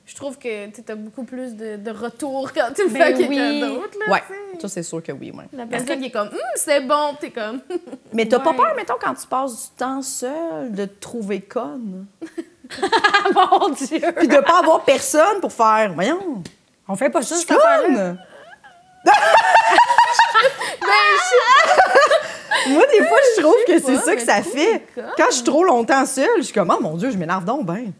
Je trouve que tu as beaucoup plus de, de retour quand tu le Ben fais à quelqu'un oui. d'autre. là, Ouais, tu sais. ça, c'est sûr que oui, ouais. La personne qui est comme, Hum, c'est bon, t'es comme. Mais t'as pas Ouais. peur, mettons, quand tu passes du temps seul, de te trouver conne? Ah, mon Dieu! Puis de pas avoir personne pour faire, voyons, On fait pas ça, je suis cette affaire-là. conne! Moi, des fois, je trouve que c'est pas, ça que mais ça trouver fait. conne. Quand je suis trop longtemps seule, je suis comme, oh mon Dieu, je m'énerve donc ben.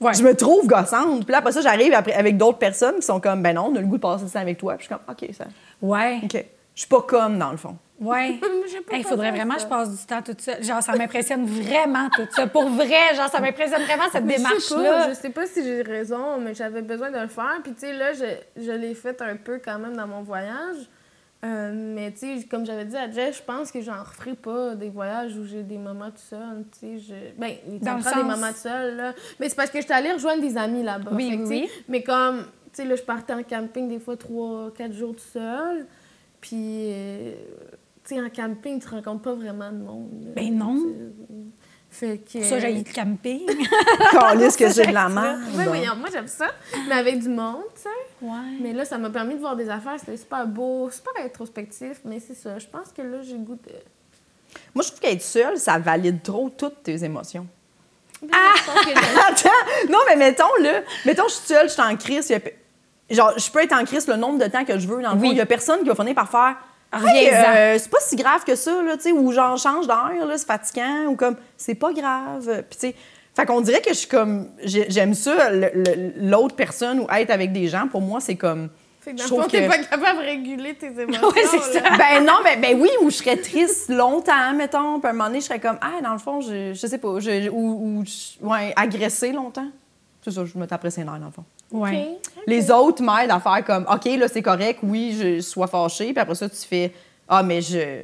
Ouais. Je me trouve gossante. Puis là, après ça, j'arrive après- avec d'autres personnes qui sont comme, ben non, on a le goût de passer du temps avec toi. Puis je suis comme, OK, ça. Ouais. OK. Je suis pas conne, dans le fond. Ouais. J'ai pas Il faudrait pensé à vraiment que ça. je passe du temps toute seule. Genre, ça m'impressionne vraiment tout ça. Pour vrai, genre, ça m'impressionne vraiment cette Mais je sais pas, démarche-là. je sais pas si j'ai raison, mais j'avais besoin de le faire. Puis, tu sais, là, je, je l'ai fait un peu quand même dans mon voyage. Euh, mais, tu sais, comme j'avais dit à Jess, je pense que j'en referai pas des voyages où j'ai des moments tout seul. Tu sais, je. Ben, Dans ça prend le sens- des moments tout seul, là. Mais c'est parce que j'étais allée rejoindre des amis là-bas. Oui, Fait que, oui, tu sais, Mais comme, tu sais, là, je partais en camping des fois trois, quatre jours tout seul. Puis. euh, tu sais, en camping, tu rencontres pas vraiment de monde. là. Ben non. Fait que... Pour ça, j'ai le camping. Calisse que j'ai de la merde. Oui, oui, moi j'aime ça, mais avec du monde, tu sais. Ouais. Mais là, ça m'a permis de voir des affaires, c'était super beau, super introspectif, mais c'est ça. Je pense que là, j'ai le goût de. Moi, je trouve qu'être seule, ça valide trop toutes tes émotions. Ah! Je pense que j'ai- Attends, non, mais mettons, là, mettons, je suis seule, je suis en crise. il y a pe- Genre, je peux être en crise le nombre de temps que je veux. Dans le fond, Oui. il y a personne qui va finir par faire. Hey, Reviens-en. euh, c'est pas si grave que ça, là, tu sais, ou genre, change d'heure, là, c'est fatigant, ou comme, c'est pas grave. Puis, tu sais, fait qu'on dirait que je suis comme, j'ai- j'aime ça, le- le- l'autre personne ou être avec des gens, pour moi, c'est comme. Fait que je dans le trouve fond, t'es que- pas capable de réguler tes émotions. Ouais, c'est là. ben non, ben, ben oui, ou je serais triste longtemps, mettons. Puis à un moment donné, je serais comme, ah, dans le fond, je, je sais pas, je- ou, ou je- ouais, agressée longtemps. C'est ça, je me taperais ses nerfs, dans le fond. Ouais. Ok. Les autres m'aident à faire comme, OK, là, c'est correct, oui, je sois fâchée. Puis après ça, tu fais, ah, mais je.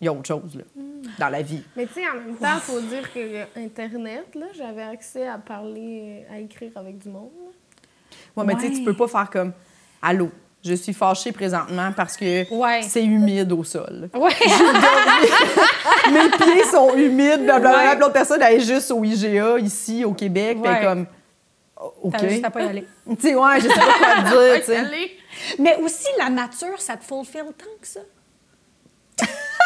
Il y a autre chose, là, Hmm. dans la vie. Mais tu sais, en même temps, faut dire que euh, Internet, là, j'avais accès à parler, à écrire avec du monde. Ouais, mais tu sais, Ouais. tu peux pas faire comme, allô, je suis fâchée présentement parce que Ouais. c'est humide au sol. Ouais. Mes pieds sont humides, blablabla. Ouais. Puis L'autre personne, elle est juste au IGA ici, au Québec. puis elle est Ouais. comme, OK. T'as juste à pas y aller. Tu sais, ouais, je sais pas quoi te dire, tu sais. Allez. Mais aussi, la nature, ça te fulfill tant que ça.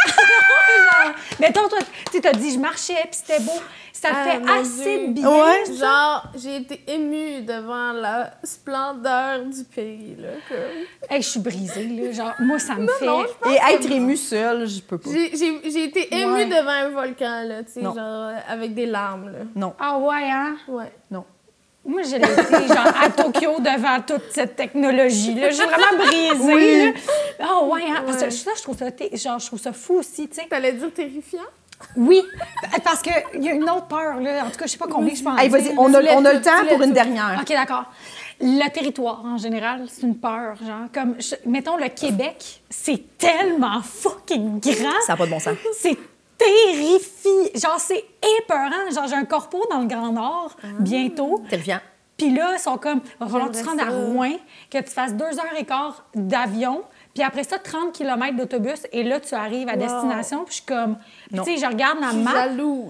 Genre, mettons, toi, tu t'as dit, je marchais, puis c'était beau. Ça Ah, fait mon assez Dieu. bien. Ouais. Genre, j'ai été émue devant la splendeur du pays. Là, comme. Hey, je suis brisée, là. Genre, moi, ça me fait... non, Et être ému seul, je peux pas. J'ai- J'ai j'ai été émue Ouais. devant un volcan, là, tu sais, Non. genre euh, avec des larmes. Là. Non, Ah ouais, hein? Ouais. non. Moi, je l'ai été, genre, à Tokyo, devant toute cette technologie-là. Je suis vraiment brisée, là. Ah ouais, hein? Parce que Ouais. ça, je trouve ça, t- genre, je trouve ça fou aussi, tu sais. T'allais dire terrifiant? Oui, parce qu'il y a une autre peur, là. En tout cas, je sais pas combien je pense. Hey, vas-y, on a, dis-le on a tout, le temps dis-le pour une tout. dernière. OK, d'accord. Le territoire, en général, c'est une peur, genre. Comme, je- mettons, le Québec, c'est tellement fucking grand. Ça n'a pas de bon sens. C'est terrifiant. Genre, c'est épeurant. Genre, j'ai un corpo dans le Grand Nord, Ah. bientôt. Terrifiant. Puis là, ils sont comme, va falloir que tu te rendes à J'aimerais ça. Rouen, que tu fasses deux heures et quart d'avion, puis après ça, 30 km d'autobus, et là, tu arrives à destination, puis je suis comme, Puis Non. tu sais, je regarde ma Je suis map, jalouse.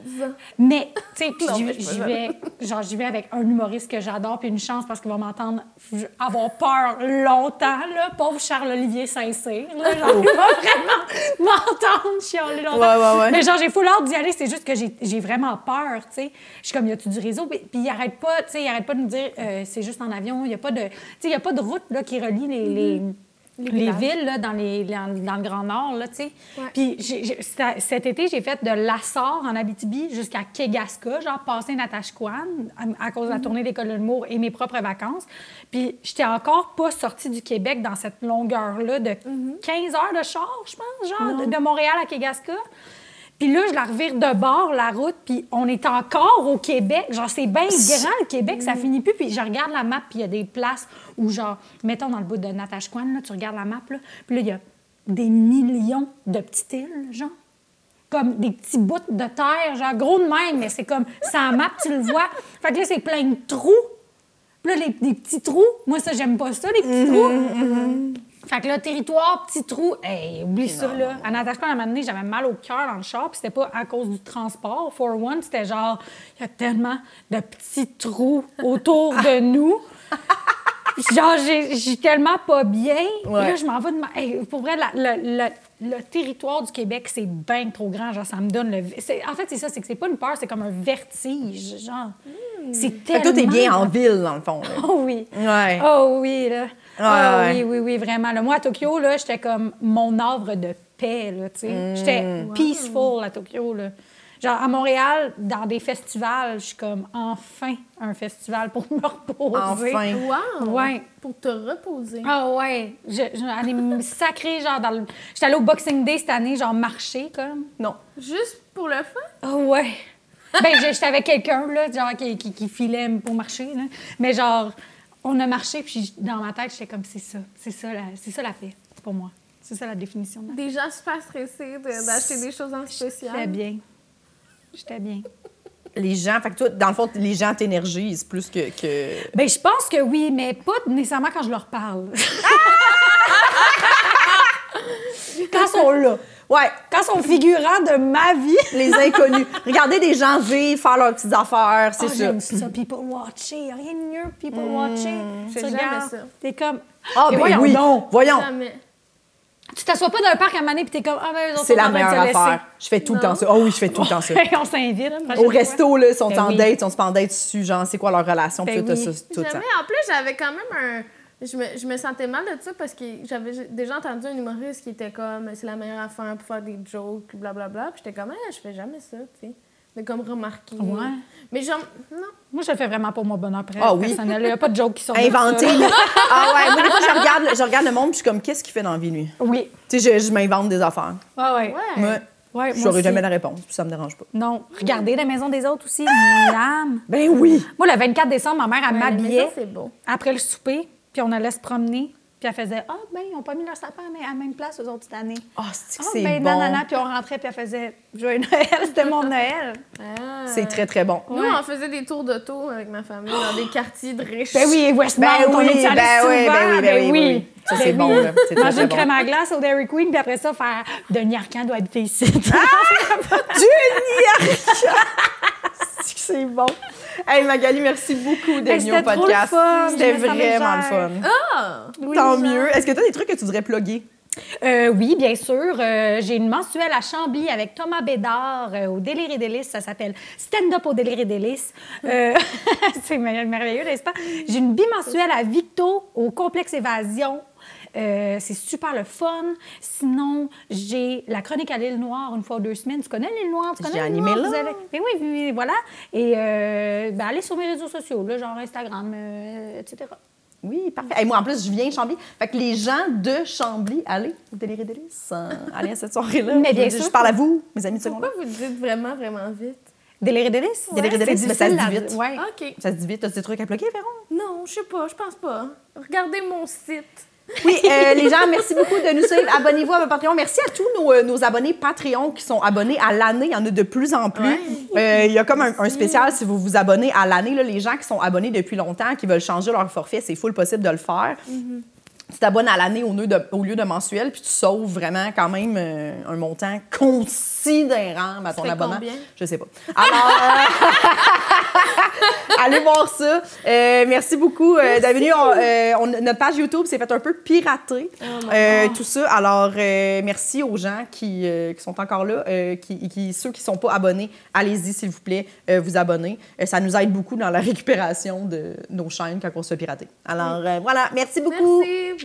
mais, tu sais, puis Non, j'y- mais je peux j'y pas. vais, genre, j'y vais avec un humoriste que j'adore, puis une chance parce qu'il va m'entendre f- avoir peur longtemps, là. Pauvre Charles-Olivier Saint-Cyr, là. Genre, il va vraiment m'entendre chialer longtemps. Ouais, ouais, ouais. Mais genre, j'ai fou l'ordre d'y aller, c'est juste que j'ai- j'ai vraiment peur, tu sais. Je suis comme, y a-tu du réseau? Puis puis il arrête pas, tu sais, il arrête pas de me dire, euh, c'est juste en avion, y a pas de... Tu sais, y a pas de route, là, qui relie les... les- les villages. villes là, dans, les, dans, dans le Grand Nord, là, tu sais. Ouais. Puis j'ai- j'ai- c'était- cet été, j'ai fait de Lassar en Abitibi jusqu'à Kegaska, genre passé Natashquan à, à cause de la tournée des colonnes Moore et mes propres vacances. Puis j'étais encore pas sortie du Québec dans cette longueur-là de 15 heures de char, je pense, genre, de, de Montréal à Kegaska. Puis là, je la revire de bord, la route, puis on est encore au Québec. Genre, c'est bien grand, le Québec, ça finit plus. Puis je regarde la map, puis il y a des places où, genre, mettons, dans le bout de Natashquan, là, tu regardes la map, là, puis là, il y a des millions de petites îles, genre. Comme des petits bouts de terre, genre, gros de même, mais c'est comme, ça map, tu le vois. Fait que là, c'est plein de trous. Puis là, les, des petits trous, moi, ça, j'aime pas ça, les petits trous. Fait que là, territoire, petit trou, hey, oublie ça, là. En attachant, à un moment donné, j'avais mal au cœur dans le char, puis c'était pas à cause du transport. For one, c'était genre, il y a tellement de petits trous autour de nous. genre, j'ai- j'ai tellement pas bien. Puis Ouais. Là, je m'en vais de ma... hey, Pour vrai, la- le, le- le territoire du Québec, c'est bien trop grand. Genre, ça me donne le... c'est- En fait, c'est ça, c'est que c'est pas une peur, c'est comme un vertige, genre. C'est Hmm. Fait tellement... que tout est bien en ville, dans le fond. là. Oh oui. Ouais. Oh oui, là. Ah ouais. oui, oui, oui, vraiment. là. moi, à Tokyo, là, j'étais comme mon havre de paix, là, tu sais. Mm. J'étais peaceful à Tokyo, là. Genre, à Montréal, dans des festivals, je suis comme, enfin, un festival pour me reposer. Enfin. Wow! Ouais. Pour te reposer. Ah ouais, je, je, allée me sacrer, genre, dans le... J'étais allée au Boxing Day cette année, genre, marcher, comme. Non. Juste pour le fun? Ah ouais. Ben, j'ai- j'étais avec quelqu'un, là, genre, qui, qui, qui filait pour marcher, là. Mais genre, on a marché, puis dans ma tête, j'étais comme, c'est ça. C'est ça, la, c'est ça la paix, pour moi. C'est ça la définition. de la paix. Des gens super stressés de- d'acheter des choses en J'étais spécial. bien. J'étais bien. Les gens, fait que toi, dans le fond, les gens t'énergisent plus que. que... Ben, je pense que oui, mais pas nécessairement quand je leur parle. quand ils sont là. Ouais, Quand ils sont figurants de ma vie. les inconnus. Regardez des gens vivre, faire leurs petites affaires, c'est Ah, ça. j'aime ça, people watching. Rien de mieux, people watching. Tu J'ai jamais regardes, ça. t'es comme... Ah, Eh, ben voyons oui. donc. Voyons, Jamais. Tu t'assois pas dans un parc à Mané puis t'es comme ah ben eux autres, c'est on la va meilleure te laisser. affaire. Je fais tout le temps ça. Oh oui, je fais tout le temps ça. on s'invite. hein, Au resto, là, ils sont Ben en oui. date, ils sont pas en date dessus, genre, c'est quoi leur relation, puis Ben tout, oui. ça, tout ça. Jamais. En plus, j'avais quand même un. Je me, je me sentais mal de ça parce que j'avais déjà entendu un humoriste qui était comme c'est la meilleure affaire pour faire des jokes, blablabla. Puis j'étais comme, ah, je fais jamais ça, tu sais. De comme remarquer. Ouais. Mais genre, non. Moi, je le fais vraiment pour mon bonheur près- Ah oui. personnel. Il n'y a pas de joke qui sort. de Inventer. ça. là. ah ouais, moi, des fois, je regarde, je regarde le monde, puis je suis comme, qu'est-ce qu'il fait dans la vie, lui? Oui. Tu sais, je, je m'invente des affaires. Ah ouais. Ouais. Ouais. Ouais, Je moi n'aurai aussi. jamais la réponse, puis ça me dérange pas. Non. Regardez la maison des autres aussi. Madame. Ben oui! Moi, le 24 décembre, ma mère, elle Ouais, mais m'habillait ça, c'est beau. après le souper, puis on allait se promener, puis elle faisait Ah, ben, ils n'ont pas mis leur sapin à la même place aux autres cette année. Ah, c'est Ah, que c'est ben, bon. nanana, puis on rentrait, puis elle faisait Joyeux Noël, c'était mon Noël. Ah. C'est très, très bon. Nous, on faisait des tours d'auto avec ma famille dans des quartiers de riches. Ben oui, Westmount, Ben on oui, est allé ben souvent, oui, ben oui, ben oui, ben oui. Ça, c'est bon, là. C'est très, Manger très une bon. crème à glace au Dairy Queen, puis après ça, faire Denis Arcand doit habiter ici. Junior! c'est bon. Hey, Magali, merci beaucoup d'être Hey, venue au Ben, c'était trop le podcast. fun. C'était Je me sens vraiment le fun. légère. Ah, Ah! Oui, Tant genre. mieux. Est-ce que tu as des trucs que tu voudrais plugger? Euh, oui, bien sûr. Euh, J'ai une mensuelle à Chambly avec Thomas Bédard euh, au Délire et Délices. Ça s'appelle Stand Up au Délire et Délices. Euh, C'est mer- merveilleux, n'est-ce pas? J'ai une bimensuelle à Victo au Complexe Évasion. Euh, c'est super le fun. Sinon, j'ai la chronique à l'île Noire une fois ou deux semaines. Tu connais l'île Noire? Tu connais J'ai l'île animé Noire? là. Vous avez- Mais oui, oui, oui, voilà. Et euh, ben, allez sur mes réseaux sociaux, là, genre Instagram, euh, etc. Oui, parfait. Et moi, en plus, je viens de Chambly. Fait que les gens de Chambly, allez, au Délire et Délices. euh, allez à cette soirée-là. Mais Je bien veux dire, sûr. Je parle à vous, mes amis de secondaire. Pourquoi vous dites vraiment, vraiment vite? Délire et Délices? Délire et Ouais, Délices, c'est mais ça se difficile dit à- vite. ouais. OK. Ça se dit vite. T'as des trucs à plugger, Véron? Non, je sais pas, je pense pas. Regardez mon site. Oui, euh, les gens, merci beaucoup de nous suivre. Abonnez-vous à votre Patreon. Merci à tous nos, euh, nos abonnés Patreon qui sont abonnés à l'année. Il y en a de plus en plus. Euh, Il y a comme un, un spécial si vous vous abonnez à l'année. là, Les gens qui sont abonnés depuis longtemps, qui veulent changer leur forfait, c'est full possible de le faire. Mm-hmm. Tu t'abonnes à l'année au, lieu de- au lieu de mensuel, puis tu sauves vraiment quand même euh, un montant considérable à ton fait abonnement. combien? Je sais pas. Alors, euh, allez voir ça. Euh, merci beaucoup. Euh, D'avenue, on- euh, on- notre page YouTube s'est fait un peu pirater. Euh, tout ça. Alors, euh, merci aux gens qui, euh, qui sont encore là, euh, qui, qui- ceux qui sont pas abonnés, allez-y, s'il vous plaît, euh, vous abonner. Euh, ça nous aide beaucoup dans la récupération de nos chaînes quand on se fait pirater. Alors, euh, voilà. Merci beaucoup. Merci,